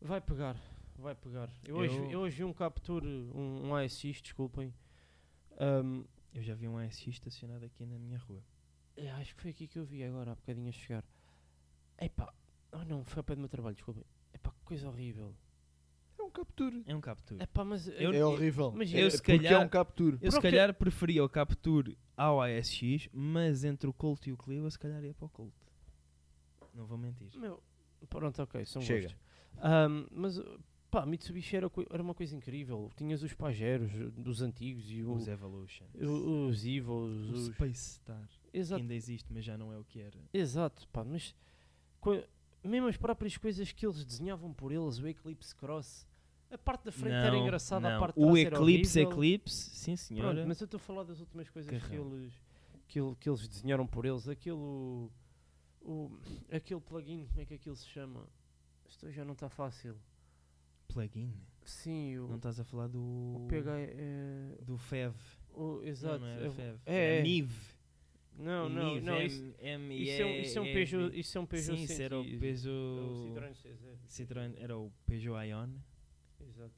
Speaker 1: Vai pegar, vai pegar. Eu, Hoje,
Speaker 3: Eu-
Speaker 1: eu hoje vi um Capture, um, um ASX, desculpem. Ahm,
Speaker 3: Eu já vi um ASX estacionado aqui na minha rua.
Speaker 1: É, acho que foi aqui que eu vi agora, há bocadinho a chegar. Epá, oh não, foi ao pé do meu trabalho, desculpem. Epá, que coisa horrível.
Speaker 2: É um Capture.
Speaker 3: É um Captur.
Speaker 1: Epá, mas...
Speaker 3: Eu-
Speaker 2: é horrível.
Speaker 1: mas
Speaker 2: é,
Speaker 1: eu,
Speaker 3: se
Speaker 2: porque é
Speaker 3: calhar-
Speaker 2: um Capture.
Speaker 3: Eu se
Speaker 1: Porque-
Speaker 3: calhar preferia o Capture ao ASX, mas entre o Colt e o Clio eu se calhar ia para o Colt. Não vou mentir.
Speaker 1: Meu, pronto, ok, são
Speaker 2: Chega.
Speaker 1: gostos. Ahm, mas, pá, Mitsubishi era, coi- era uma coisa incrível. Tinhas os pajeros dos antigos e o-
Speaker 3: Os Evolution.
Speaker 1: o- os Evos.
Speaker 3: O
Speaker 1: Os...
Speaker 3: Space Star. Que
Speaker 1: Exato,
Speaker 3: ainda existe, mas já não é o que era.
Speaker 1: exato, pá, mas... co- Mesmo as próprias coisas que eles desenhavam por eles, o Eclipse Cross... A parte da frente era
Speaker 3: Não,
Speaker 1: engraçada, a
Speaker 3: não.
Speaker 1: parte de
Speaker 3: O
Speaker 1: trás era
Speaker 3: Eclipse,
Speaker 1: horrível.
Speaker 3: Eclipse, sim
Speaker 1: Pronto,
Speaker 3: senhora.
Speaker 1: mas eu estou a falar das últimas coisas que
Speaker 3: Carrão.
Speaker 1: eles, que, ele- que eles desenharam por eles. Aquilo. O, aquele plugin, como é que aquilo se chama? Isto já não está fácil.
Speaker 3: Plugin.
Speaker 1: Sim, o,
Speaker 3: Não tá estás a falar do.
Speaker 1: o PH. É,
Speaker 3: Do FEV.
Speaker 1: o, exato.
Speaker 3: Não, não
Speaker 1: é
Speaker 3: era
Speaker 1: o-
Speaker 3: FEV.
Speaker 1: é,
Speaker 3: era
Speaker 1: é.
Speaker 3: NIV.
Speaker 1: Não, não,
Speaker 3: NIV,
Speaker 1: não.
Speaker 3: M-
Speaker 1: Isso,
Speaker 3: M-
Speaker 1: isso é, um- isso é um
Speaker 3: E-
Speaker 1: Peugeot. Isso é um Peugeot
Speaker 3: Sim, isso era o
Speaker 1: 115. O Citroën
Speaker 3: Peugeot.
Speaker 1: CZ.
Speaker 3: Citroën é. era o Peugeot Ion.
Speaker 1: Exato.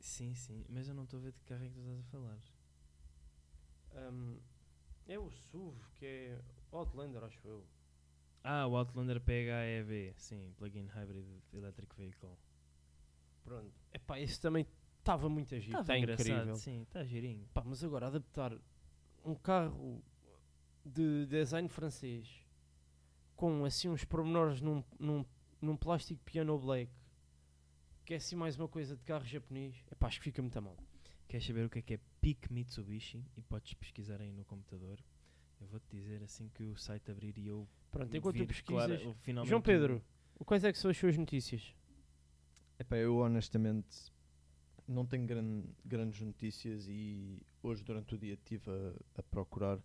Speaker 3: Sim, sim. Mas eu não estou a ver de que carro é que tu estás a falar.
Speaker 1: Ahm, é o SUV, que é Outlander, acho eu.
Speaker 3: Ah, o Outlander PHEV, sim, plug-in hybrid electric vehicle.
Speaker 1: Tá Pronto. Epá, esse também estava muito agir. Está
Speaker 3: Tava Tá engraçado,
Speaker 1: incrível.
Speaker 3: Sim, está girinho.
Speaker 1: Pá, mas agora adaptar um carro de design francês com assim uns pormenores num, num, num plástico piano black que é assim mais uma coisa de carro japonês é pá, acho que fica muito a mal.
Speaker 3: Queres saber o que é que é PIC Mitsubishi? E podes pesquisar aí no computador. Eu vou-te dizer assim que o site abrir e eu.
Speaker 1: Pronto, enquanto tu
Speaker 3: vir clara-
Speaker 1: pesquisas.
Speaker 3: eu finalmente- um
Speaker 1: João Pedro, o- quais é que são as suas notícias?
Speaker 2: Epá, eu honestamente não tenho gran- grandes notícias e hoje durante o dia estive a, a procurar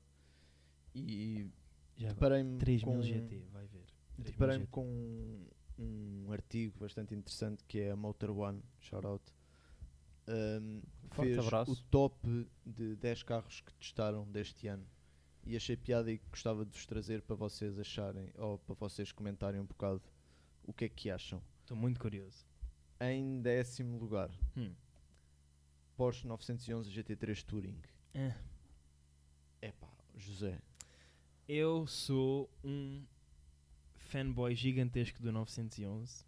Speaker 2: e
Speaker 3: Já agora,
Speaker 2: deparei-me
Speaker 3: 3000
Speaker 2: com- um
Speaker 3: GT, vai ver. 3000
Speaker 2: Deparei-me
Speaker 3: GT.
Speaker 2: com um, um artigo bastante interessante que é a Motor One, shout out. Um,
Speaker 1: Forte
Speaker 2: fez
Speaker 1: abraço.
Speaker 2: o top de 10 carros que testaram deste ano e achei piada e gostava de vos trazer para vocês acharem ou para vocês comentarem um bocado o que é que acham.
Speaker 3: Estou muito curioso.
Speaker 2: Em décimo lugar,
Speaker 3: Hum.
Speaker 2: Porsche 911 GT3 Touring.
Speaker 3: Ah.
Speaker 2: Epá, José,
Speaker 3: Eu sou um fanboy gigantesco do 911,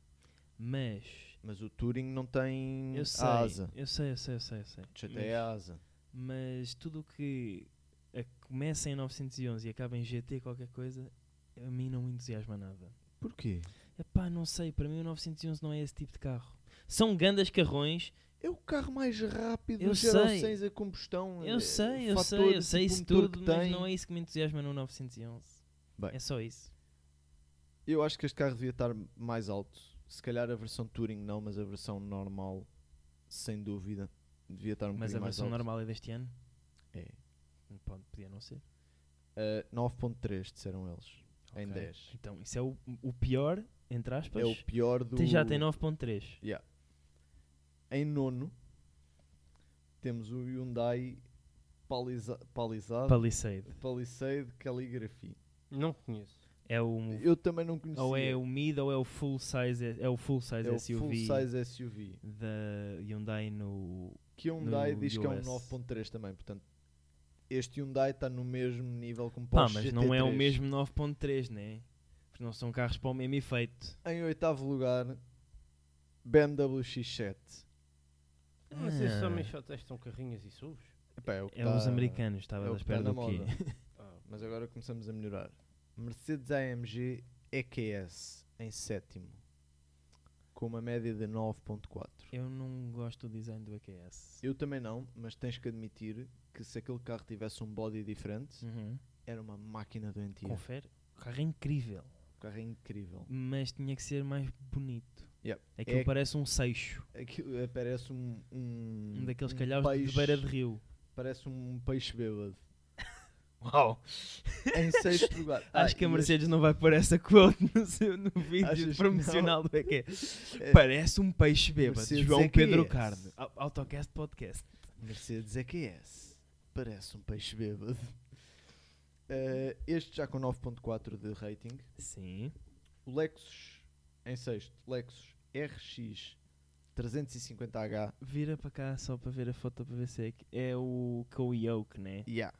Speaker 3: mas.
Speaker 2: mas o Touring não
Speaker 1: Hum,
Speaker 2: tem
Speaker 3: Eu sei,
Speaker 2: a asa.
Speaker 3: eu sei, eu sei, eu sei, eu sei.
Speaker 2: Já
Speaker 3: mas-
Speaker 2: tem a é asa.
Speaker 3: mas tudo o que a- começa em 911 e acaba em GT qualquer coisa, a mim não me entusiasma nada.
Speaker 2: Porquê?
Speaker 3: Epá, não sei, para mim o 911 não é esse tipo de carro. São grandes carrões,
Speaker 2: É o carro mais rápido
Speaker 3: Eu
Speaker 2: dos gerações
Speaker 3: sei.
Speaker 2: a combustão.
Speaker 3: eu
Speaker 2: é,
Speaker 3: sei, eu
Speaker 2: fator
Speaker 3: sei, eu
Speaker 2: de tipo
Speaker 3: sei isso
Speaker 2: motor que
Speaker 3: tudo, mas
Speaker 2: tem.
Speaker 3: não é isso que me entusiasma no 911.
Speaker 2: Bem.
Speaker 3: É só isso.
Speaker 2: Eu acho que este carro devia estar mais alto. Se calhar a versão Touring não, mas a versão normal, sem dúvida, devia estar um
Speaker 3: mas a
Speaker 2: bocadinho mais
Speaker 3: versão
Speaker 2: alto.
Speaker 3: normal é deste ano?
Speaker 2: É.
Speaker 3: Pode, podia não ser.
Speaker 2: Ah, 9.3 disseram eles, em
Speaker 3: Ok.
Speaker 2: 10.
Speaker 3: Então, isso é o, o pior, entre aspas.
Speaker 2: É o pior do...
Speaker 3: Tem- Já tem 9.3.
Speaker 2: Yeah. Em nono, temos o Hyundai Palisa Palisade,
Speaker 3: Palisade.
Speaker 2: Palisade Calligraphy.
Speaker 1: Não conheço.
Speaker 3: É o...
Speaker 2: Eu também não conhecia.
Speaker 3: Ou é o mid ou é o full size, é o full size
Speaker 2: É o
Speaker 3: SUV
Speaker 2: full size SUV.
Speaker 3: da Hyundai no...
Speaker 2: Que Hyundai
Speaker 3: No
Speaker 2: diz que é um
Speaker 3: US.
Speaker 2: 9.3 também, portanto... Este Hyundai está no mesmo nível que um
Speaker 3: Pá,
Speaker 2: Porsche
Speaker 3: mas não é o
Speaker 2: GT3.
Speaker 3: mesmo 9.3, né? Porque não são carros para o mesmo efeito.
Speaker 2: Em oitavo lugar, BMW X7.
Speaker 1: Eu não sei se
Speaker 3: Ah.
Speaker 1: homens só testam carrinhas e subs.
Speaker 2: Epá, o que
Speaker 3: É
Speaker 2: tá-
Speaker 3: os americanos, estava
Speaker 2: é
Speaker 3: à
Speaker 2: o que tá
Speaker 3: espera
Speaker 2: na
Speaker 3: do quê?
Speaker 2: moda.
Speaker 1: Ah,
Speaker 2: Mas agora começamos a melhorar. Mercedes AMG EQS em sétimo, com uma média de 9.4.
Speaker 3: *laughs* Eu não gosto do design do EQS.
Speaker 2: Eu também não, mas tens que admitir que se aquele carro tivesse um body diferente,
Speaker 3: Uhum.
Speaker 2: era uma máquina doentia.
Speaker 3: Confere. O carro é incrível,
Speaker 2: O carro é incrível.
Speaker 3: mas tinha que ser mais bonito.
Speaker 2: Yep.
Speaker 3: Aquilo
Speaker 2: É-
Speaker 3: parece um seixo,
Speaker 2: Aquilo parece um, um,
Speaker 3: um daqueles
Speaker 2: um
Speaker 3: calhaus de
Speaker 2: peixe-
Speaker 3: beira de rio.
Speaker 2: Parece um peixe bêbado.
Speaker 3: Uau!
Speaker 2: Em sexto lugar.
Speaker 3: *laughs* Acho
Speaker 2: Ah,
Speaker 3: que
Speaker 2: e este-
Speaker 3: a Mercedes não vai pôr essa quote no,
Speaker 2: *laughs*
Speaker 3: seu- no vídeo
Speaker 2: Achas que não? É.
Speaker 3: promocional do EQS.
Speaker 2: *laughs*
Speaker 3: Parece um peixe bêbado.
Speaker 2: Mercedes é
Speaker 3: João
Speaker 2: EQS.
Speaker 3: Pedro Carne. Au- Autocast Podcast.
Speaker 2: Mercedes EQS. é, Parece um peixe bêbado. Eh, este já com 9.4 de rating.
Speaker 3: Sim.
Speaker 2: O Lexus, em sexto, Lexus RX 350H.
Speaker 3: Vira para cá só para ver a foto para ver se é, que- é o com o Yoke, né?
Speaker 2: Yeah.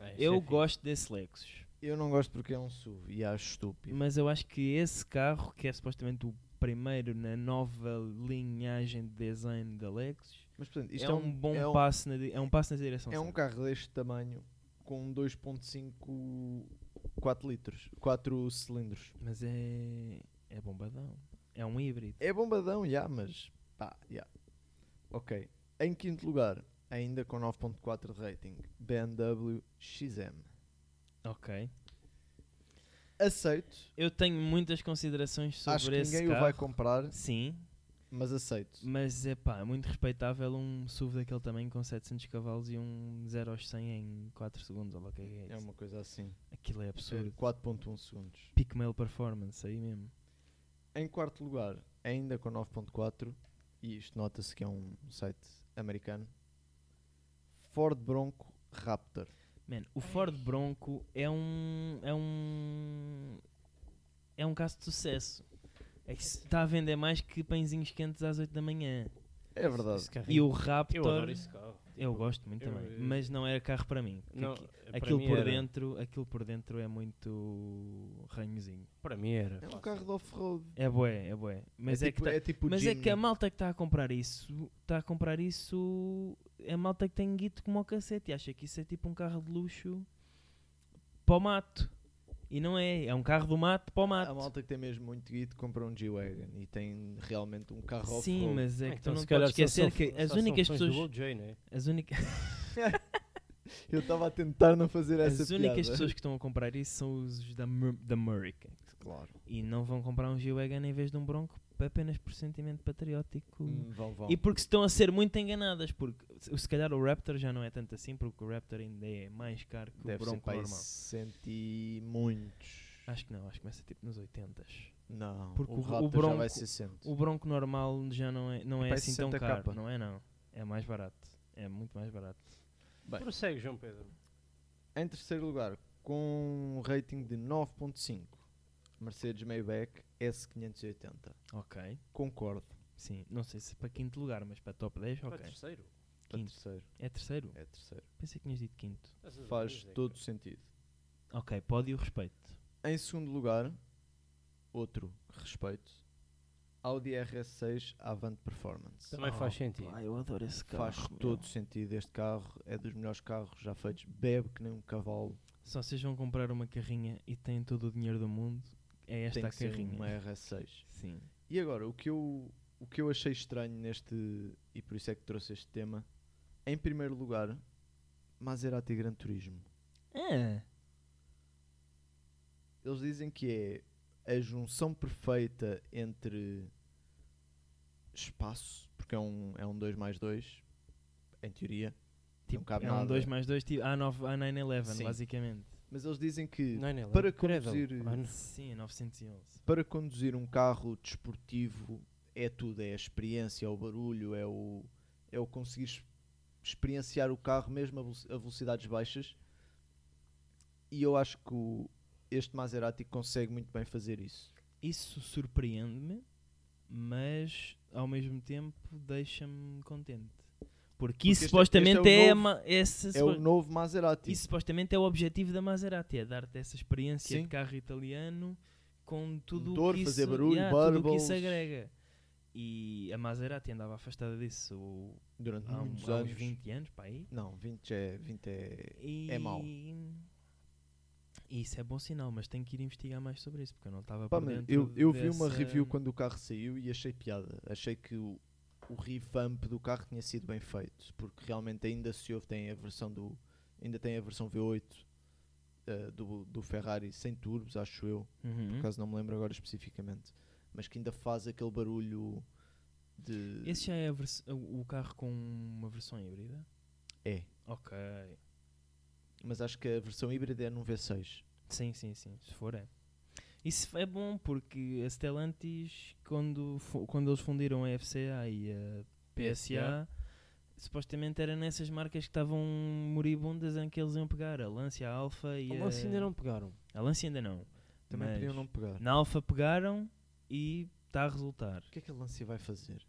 Speaker 1: é,
Speaker 3: Eu
Speaker 1: chefe.
Speaker 3: gosto desse Lexus,
Speaker 2: Eu não gosto porque é um SUV e acho estúpido.
Speaker 3: mas eu acho que esse carro, que é supostamente o primeiro na nova linhagem de design da Lexus,
Speaker 2: Mas portanto,
Speaker 3: é,
Speaker 2: isto
Speaker 3: um bom
Speaker 2: é um,
Speaker 3: passo na, di- é um passo na direção
Speaker 2: É um
Speaker 3: certa.
Speaker 2: carro deste tamanho com 2.5 4 litros, 4 cilindros.
Speaker 3: Mas é, é bombadão. É um híbrido.
Speaker 2: É bombadão, já, mas pá, já. Ok. Em quinto lugar, ainda com 9.4 de rating, BMW XM.
Speaker 3: Ok.
Speaker 2: Aceito.
Speaker 3: Eu tenho muitas considerações sobre
Speaker 2: Acho que
Speaker 3: esse
Speaker 2: ninguém o
Speaker 3: carro.
Speaker 2: vai comprar,
Speaker 3: Sim,
Speaker 2: mas aceito.
Speaker 3: mas é pá, é muito respeitável um SUV daquele tamanho com 700 cavalos e um 0 aos 100 em 4 segundos, ou lá o que é que é
Speaker 2: É
Speaker 3: isso.
Speaker 2: uma coisa assim.
Speaker 3: Aquilo é
Speaker 2: É,
Speaker 3: absurdo.
Speaker 2: 4.1 segundos.
Speaker 3: Peak male performance, aí mesmo.
Speaker 2: Em quarto lugar, ainda com 9.4, e isto nota-se que é um site americano, Ford Bronco Raptor.
Speaker 3: Man, o Ford Bronco é um. É um. É um caso de sucesso. É que se está a vender mais que pãezinhos quentes às 8 da manhã.
Speaker 2: É verdade.
Speaker 1: Esse carrinho-
Speaker 3: E o
Speaker 1: Eu
Speaker 3: Raptor.
Speaker 1: adoro esse carro.
Speaker 3: eu gosto muito
Speaker 1: Eu-
Speaker 3: também.
Speaker 1: eu-
Speaker 3: Mas não era carro para mim. porque
Speaker 1: Não,
Speaker 3: aqui-
Speaker 1: para
Speaker 3: aquilo
Speaker 1: mim
Speaker 3: por
Speaker 1: era-
Speaker 3: dentro Aquilo por dentro é muito ranhozinho.
Speaker 1: Para mim era.
Speaker 2: É um
Speaker 1: fácil. Ah,
Speaker 2: carro de off-road.
Speaker 3: É boé, é boé. Mas é,
Speaker 2: tipo,
Speaker 3: que tá-
Speaker 2: é tipo
Speaker 3: mas é
Speaker 2: Jimny.
Speaker 3: que a malta que está a comprar isso, está a comprar isso, é malta que tem guito como o cacete e acha que isso é tipo um carro de luxo para o mato. E não é, é um carro do mato para o
Speaker 2: A
Speaker 3: mato.
Speaker 2: malta que tem mesmo muito guito compra um G-Wagon e tem realmente um carro
Speaker 3: Sim,
Speaker 2: off-road.
Speaker 3: mas é que
Speaker 1: então,
Speaker 3: tu não
Speaker 1: se
Speaker 3: podes
Speaker 1: calhar, só
Speaker 3: esquecer
Speaker 1: são-
Speaker 3: que
Speaker 1: só
Speaker 3: as
Speaker 1: são
Speaker 3: únicas
Speaker 1: fãs do
Speaker 3: pessoas,
Speaker 1: OJ, né?
Speaker 3: as, única-
Speaker 2: Eu estava a tentar não fazer essa
Speaker 3: as únicas
Speaker 2: piada.
Speaker 3: pessoas que estão a comprar isso são os da, Mur- da Murica.
Speaker 2: *laughs* Claro.
Speaker 3: E não vão comprar um G-Wagon em vez de um Bronco apenas por sentimento patriótico.
Speaker 2: Hum, vão, vão.
Speaker 3: E porque estão a ser muito enganadas, porque se se calhar o Raptor já não é tanto assim, porque o Raptor ainda é mais caro que
Speaker 2: Deve
Speaker 3: o
Speaker 2: ser
Speaker 3: Bronco
Speaker 2: para aí
Speaker 3: um normal.
Speaker 2: 60 e muitos.
Speaker 3: Acho que não, acho que começa tipo nos 80.
Speaker 2: Não,
Speaker 3: Porque
Speaker 2: o
Speaker 3: o- o
Speaker 2: Raptor já
Speaker 3: Bronco-
Speaker 2: vai 60.
Speaker 3: O Bronco normal já não é, não
Speaker 2: É
Speaker 3: é,
Speaker 2: para aí
Speaker 3: assim tão
Speaker 2: 60K.
Speaker 3: caro, não é não. É mais barato, é muito mais barato.
Speaker 2: Bem.
Speaker 1: Prossegue, João Pedro.
Speaker 2: Em terceiro lugar, com um rating de 9.5, Mercedes Maybach S580.
Speaker 3: Ok,
Speaker 2: Concordo.
Speaker 3: sim. Não sei se para quinto lugar, mas para top 10,
Speaker 1: Para
Speaker 3: ok.
Speaker 1: terceiro.
Speaker 2: Para
Speaker 3: Quinto.
Speaker 2: terceiro.
Speaker 3: É terceiro?
Speaker 2: É terceiro.
Speaker 3: Pensei que tinhas dito quinto.
Speaker 1: Estás a
Speaker 2: Faz
Speaker 1: ver,
Speaker 2: todo sentido.
Speaker 3: Ok, pode e o respeito.
Speaker 2: Em segundo lugar, outro respeito, Audi RS6 Avant Performance.
Speaker 1: Também faz sentido.
Speaker 3: Ah, eu adoro esse carro.
Speaker 2: Faz
Speaker 3: meu.
Speaker 2: todo sentido. Este carro é dos melhores carros já feitos. Bebe que nem um cavalo.
Speaker 3: Só vocês vão comprar uma carrinha e têm todo o dinheiro do mundo, é esta
Speaker 2: tem
Speaker 3: a
Speaker 2: que ser
Speaker 3: carrinha.
Speaker 2: uma RS6.
Speaker 3: Sim.
Speaker 2: E agora, o que, eu, o que eu achei estranho neste, e por isso é que trouxe este tema, em primeiro lugar, Maserati Gran Turismo.
Speaker 3: Ah,
Speaker 2: Eles dizem que é a junção perfeita entre espaço, porque é um, é um 2 mais 2, em teoria,
Speaker 3: tipo,
Speaker 2: cabe
Speaker 3: é um
Speaker 2: nada.
Speaker 3: 2 mais 2, tipo A9, A911,
Speaker 2: Sim.
Speaker 3: basicamente.
Speaker 2: mas eles dizem que
Speaker 1: Não é nela,
Speaker 2: para
Speaker 1: é credo.
Speaker 2: conduzir-
Speaker 1: Ah, não.
Speaker 3: Sim, 911.
Speaker 2: para conduzir um carro desportivo é tudo, é a experiência, é o barulho, é o, é o conseguir es- experienciar o carro mesmo a, velo- a velocidades baixas. E eu acho que o- este Maserati consegue muito bem fazer isso.
Speaker 3: Isso surpreende-me, mas ao mesmo tempo deixa-me contente. Porque isso
Speaker 2: este-
Speaker 3: supostamente
Speaker 2: este é o
Speaker 3: é,
Speaker 2: novo-
Speaker 3: ma- esse
Speaker 2: É o
Speaker 3: supo-
Speaker 2: novo Maserati.
Speaker 3: isso supostamente é o objetivo da Maserati, é dar-te essa experiência
Speaker 2: Sim.
Speaker 3: de carro italiano com tudo
Speaker 2: Motor,
Speaker 3: o que
Speaker 2: fazer
Speaker 3: isso,
Speaker 2: barulho,
Speaker 3: yeah, tudo o que
Speaker 2: bubbles.
Speaker 3: isso agrega. E a Maserati andava afastada disso
Speaker 2: Durante
Speaker 3: há, um-
Speaker 2: muitos
Speaker 3: há uns
Speaker 2: anos.
Speaker 3: 20 anos, para aí.
Speaker 2: Não, 20 é. 20 é...
Speaker 3: E...
Speaker 2: É mau.
Speaker 3: E Isso é bom sinal, mas tenho que ir investigar mais sobre isso, porque eu não estava
Speaker 2: Pá,
Speaker 3: por
Speaker 2: mano,
Speaker 3: dentro
Speaker 2: eu, eu vi uma
Speaker 3: dessa-
Speaker 2: review quando o carro saiu e achei piada. Achei que o, o revamp do carro tinha sido bem feito, porque realmente ainda se ouve, tem a versão do. Ainda tem a versão V8 eh, do, do Ferrari sem turbos, acho eu,
Speaker 3: Uhum.
Speaker 2: por acaso não me lembro agora especificamente, mas que ainda faz aquele barulho de.
Speaker 3: Esse já é a vers- o o carro com uma versão híbrida?
Speaker 2: É.
Speaker 3: Ok.
Speaker 2: Mas acho que a versão híbrida é num V6.
Speaker 3: Sim, sim, sim. Se for, é. Isso é bom porque a Stellantis, quando, fu- quando eles fundiram a FCA e a PSA, supostamente era nessas marcas que estavam moribundas em que eles iam pegar. A Lancia, a Alfa e
Speaker 1: A
Speaker 3: a...
Speaker 1: Lance ainda não pegaram.
Speaker 3: A Lancia ainda não.
Speaker 2: Também
Speaker 3: Mas-
Speaker 2: podiam não pegar.
Speaker 3: Na Alfa pegaram e está a resultar.
Speaker 2: O que é que a Lancia vai fazer?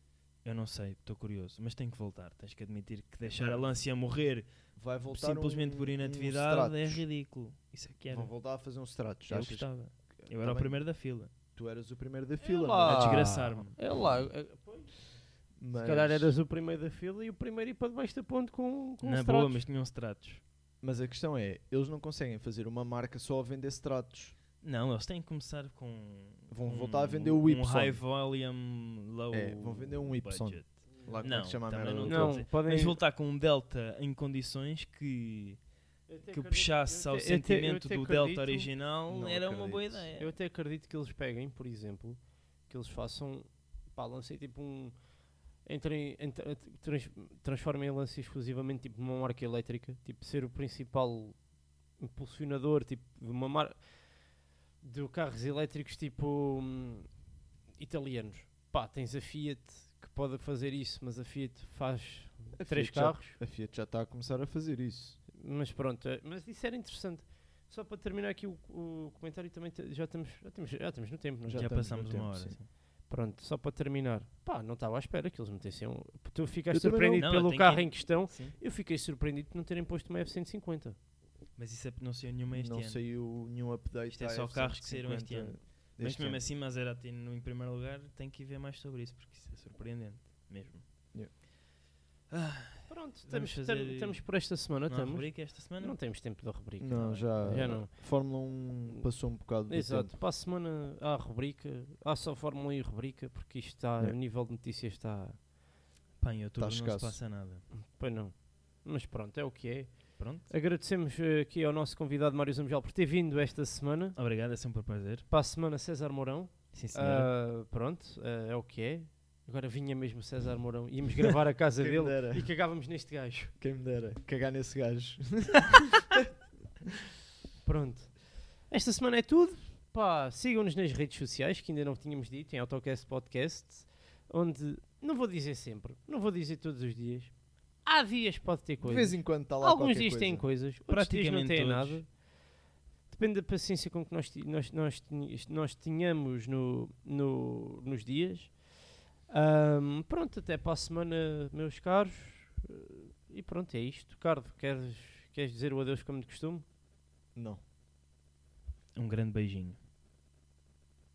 Speaker 3: Eu não sei, estou curioso, mas tenho que voltar. Tens que admitir que deixar a Lancia morrer
Speaker 2: Vai voltar
Speaker 3: simplesmente
Speaker 2: um,
Speaker 3: por
Speaker 2: um
Speaker 3: inatividade é
Speaker 2: Stratos.
Speaker 3: ridículo. É Isso é que era.
Speaker 2: Vão voltar a fazer um Stratos.
Speaker 3: Eu
Speaker 2: achas que-
Speaker 3: gostava. Eu
Speaker 2: Tá
Speaker 3: era o
Speaker 2: bem.
Speaker 3: primeiro da fila.
Speaker 2: Tu eras o primeiro da fila,
Speaker 1: lá.
Speaker 3: A
Speaker 1: Ah.
Speaker 3: desgraçar-me.
Speaker 1: É lá.
Speaker 2: mas,
Speaker 1: Se calhar eras o primeiro da fila e o primeiro ir para debaixo da ponte com, com um
Speaker 3: Na boa,
Speaker 1: Stratos.
Speaker 3: mas tinham tratos.
Speaker 2: mas a questão é, eles não conseguem fazer uma marca só a vender Stratos.
Speaker 3: Não, eles têm que começar com.
Speaker 2: Vão
Speaker 3: um-
Speaker 2: voltar a vender o Y.
Speaker 3: Um high volume, low.
Speaker 2: É, vão vender um Y.
Speaker 3: budget.
Speaker 2: Lá como é
Speaker 3: Não,
Speaker 2: que se chama a
Speaker 3: também
Speaker 2: merda
Speaker 3: não
Speaker 2: do
Speaker 3: estou a
Speaker 1: Não,
Speaker 2: carro?
Speaker 3: dizer.
Speaker 1: podem...
Speaker 3: Mas voltar com um Delta em condições que, que puxasse ao sentimento do Delta original
Speaker 2: Não
Speaker 3: era uma boa
Speaker 2: acredito.
Speaker 3: ideia.
Speaker 1: Eu até acredito que eles peguem, por exemplo, que eles façam. Pá, lancei tipo um. Entrem, entre- trans- transformem a lance exclusivamente tipo, numa marca elétrica, tipo ser o principal impulsionador tipo, de uma marca de carros elétricos tipo hum, italianos. Pá, tens a Fiat que pode fazer isso, mas a Fiat faz
Speaker 2: A
Speaker 1: três
Speaker 2: Fiat já-
Speaker 1: carros.
Speaker 2: a Fiat já está a começar a fazer isso.
Speaker 1: Mas pronto, é- mas isso era interessante. Só para terminar aqui o, o comentário, também te- já, estamos, já, estamos, já estamos no tempo, não é?
Speaker 2: Já
Speaker 3: Já,
Speaker 2: estamos no
Speaker 3: passámos
Speaker 2: tempo,
Speaker 3: uma hora.
Speaker 2: sim.
Speaker 3: sim.
Speaker 1: Pronto, só para terminar. Pá, não estava à espera que eles metessem um. Tu ficaste
Speaker 2: Eu também
Speaker 1: surpreendido
Speaker 3: não. Não, eu
Speaker 1: pelo
Speaker 3: tenho
Speaker 1: carro
Speaker 3: que-
Speaker 1: em questão.
Speaker 3: Sim.
Speaker 1: Eu fiquei surpreendido por não terem posto uma F-150.
Speaker 3: Mas isso é- não saiu nenhuma este
Speaker 2: não
Speaker 3: ano.
Speaker 2: saiu nenhum update.
Speaker 3: Isto é
Speaker 2: à
Speaker 3: só
Speaker 2: F-150
Speaker 3: carros que saíram este ano. Mas
Speaker 2: deste
Speaker 3: mesmo
Speaker 2: ano.
Speaker 3: assim, Maserati no, em primeiro lugar, tem que ir ver mais sobre isso, porque isso é surpreendente mesmo.
Speaker 1: Pronto, estamos,
Speaker 3: fazer-
Speaker 1: estamos, estamos por esta semana.
Speaker 3: Não, há
Speaker 1: estamos.
Speaker 3: rubrica esta semana?
Speaker 1: Não temos tempo da rubrica.
Speaker 2: Não, já,
Speaker 1: Já não. é?
Speaker 2: Fórmula 1 passou um bocado do
Speaker 1: Exato,
Speaker 2: tempo.
Speaker 1: para a semana há rubrica. Há só Fórmula 1 e rubrica, porque isto está.
Speaker 2: É.
Speaker 1: O nível de notícias está.
Speaker 3: Pá, em outubro
Speaker 2: Tá
Speaker 3: não se
Speaker 2: escasso.
Speaker 3: passa nada.
Speaker 1: Pois não. Mas pronto, é o que é.
Speaker 3: Pronto.
Speaker 1: Agradecemos eh, aqui ao nosso convidado Mário Zambujal por ter vindo esta semana.
Speaker 3: Obrigado, é sempre um prazer.
Speaker 1: Para a semana, César Mourão.
Speaker 3: Sim, senhora.
Speaker 1: Ah, pronto, ah, é o que é. Agora vinha mesmo César Mourão. Íamos gravar a casa
Speaker 2: *laughs* Quem me
Speaker 1: dele
Speaker 2: dera,
Speaker 1: e cagávamos neste gajo.
Speaker 2: quem me dera. Cagar nesse gajo.
Speaker 1: Pronto. Esta semana é tudo. Pá, sigam-nos nas redes sociais, que ainda não tínhamos dito, em Autocast Podcast, onde, não vou dizer sempre, não vou dizer todos os dias, há dias pode ter
Speaker 2: De
Speaker 1: coisas.
Speaker 2: vez em quando está lá
Speaker 1: Alguns
Speaker 2: qualquer
Speaker 1: dias têm
Speaker 2: coisa.
Speaker 1: coisas, outros dias não
Speaker 3: Praticamente
Speaker 1: têm
Speaker 3: todos.
Speaker 1: nada. Depende da paciência com que nós, ti- nós, nós, tinhas- nós tínhamos no, no- nos dias. Ahm, pronto, até para a semana, meus caros. Eh, E pronto, é isto. Cardo, queres, queres dizer o adeus como de costume?
Speaker 2: Não.
Speaker 3: Um grande beijinho.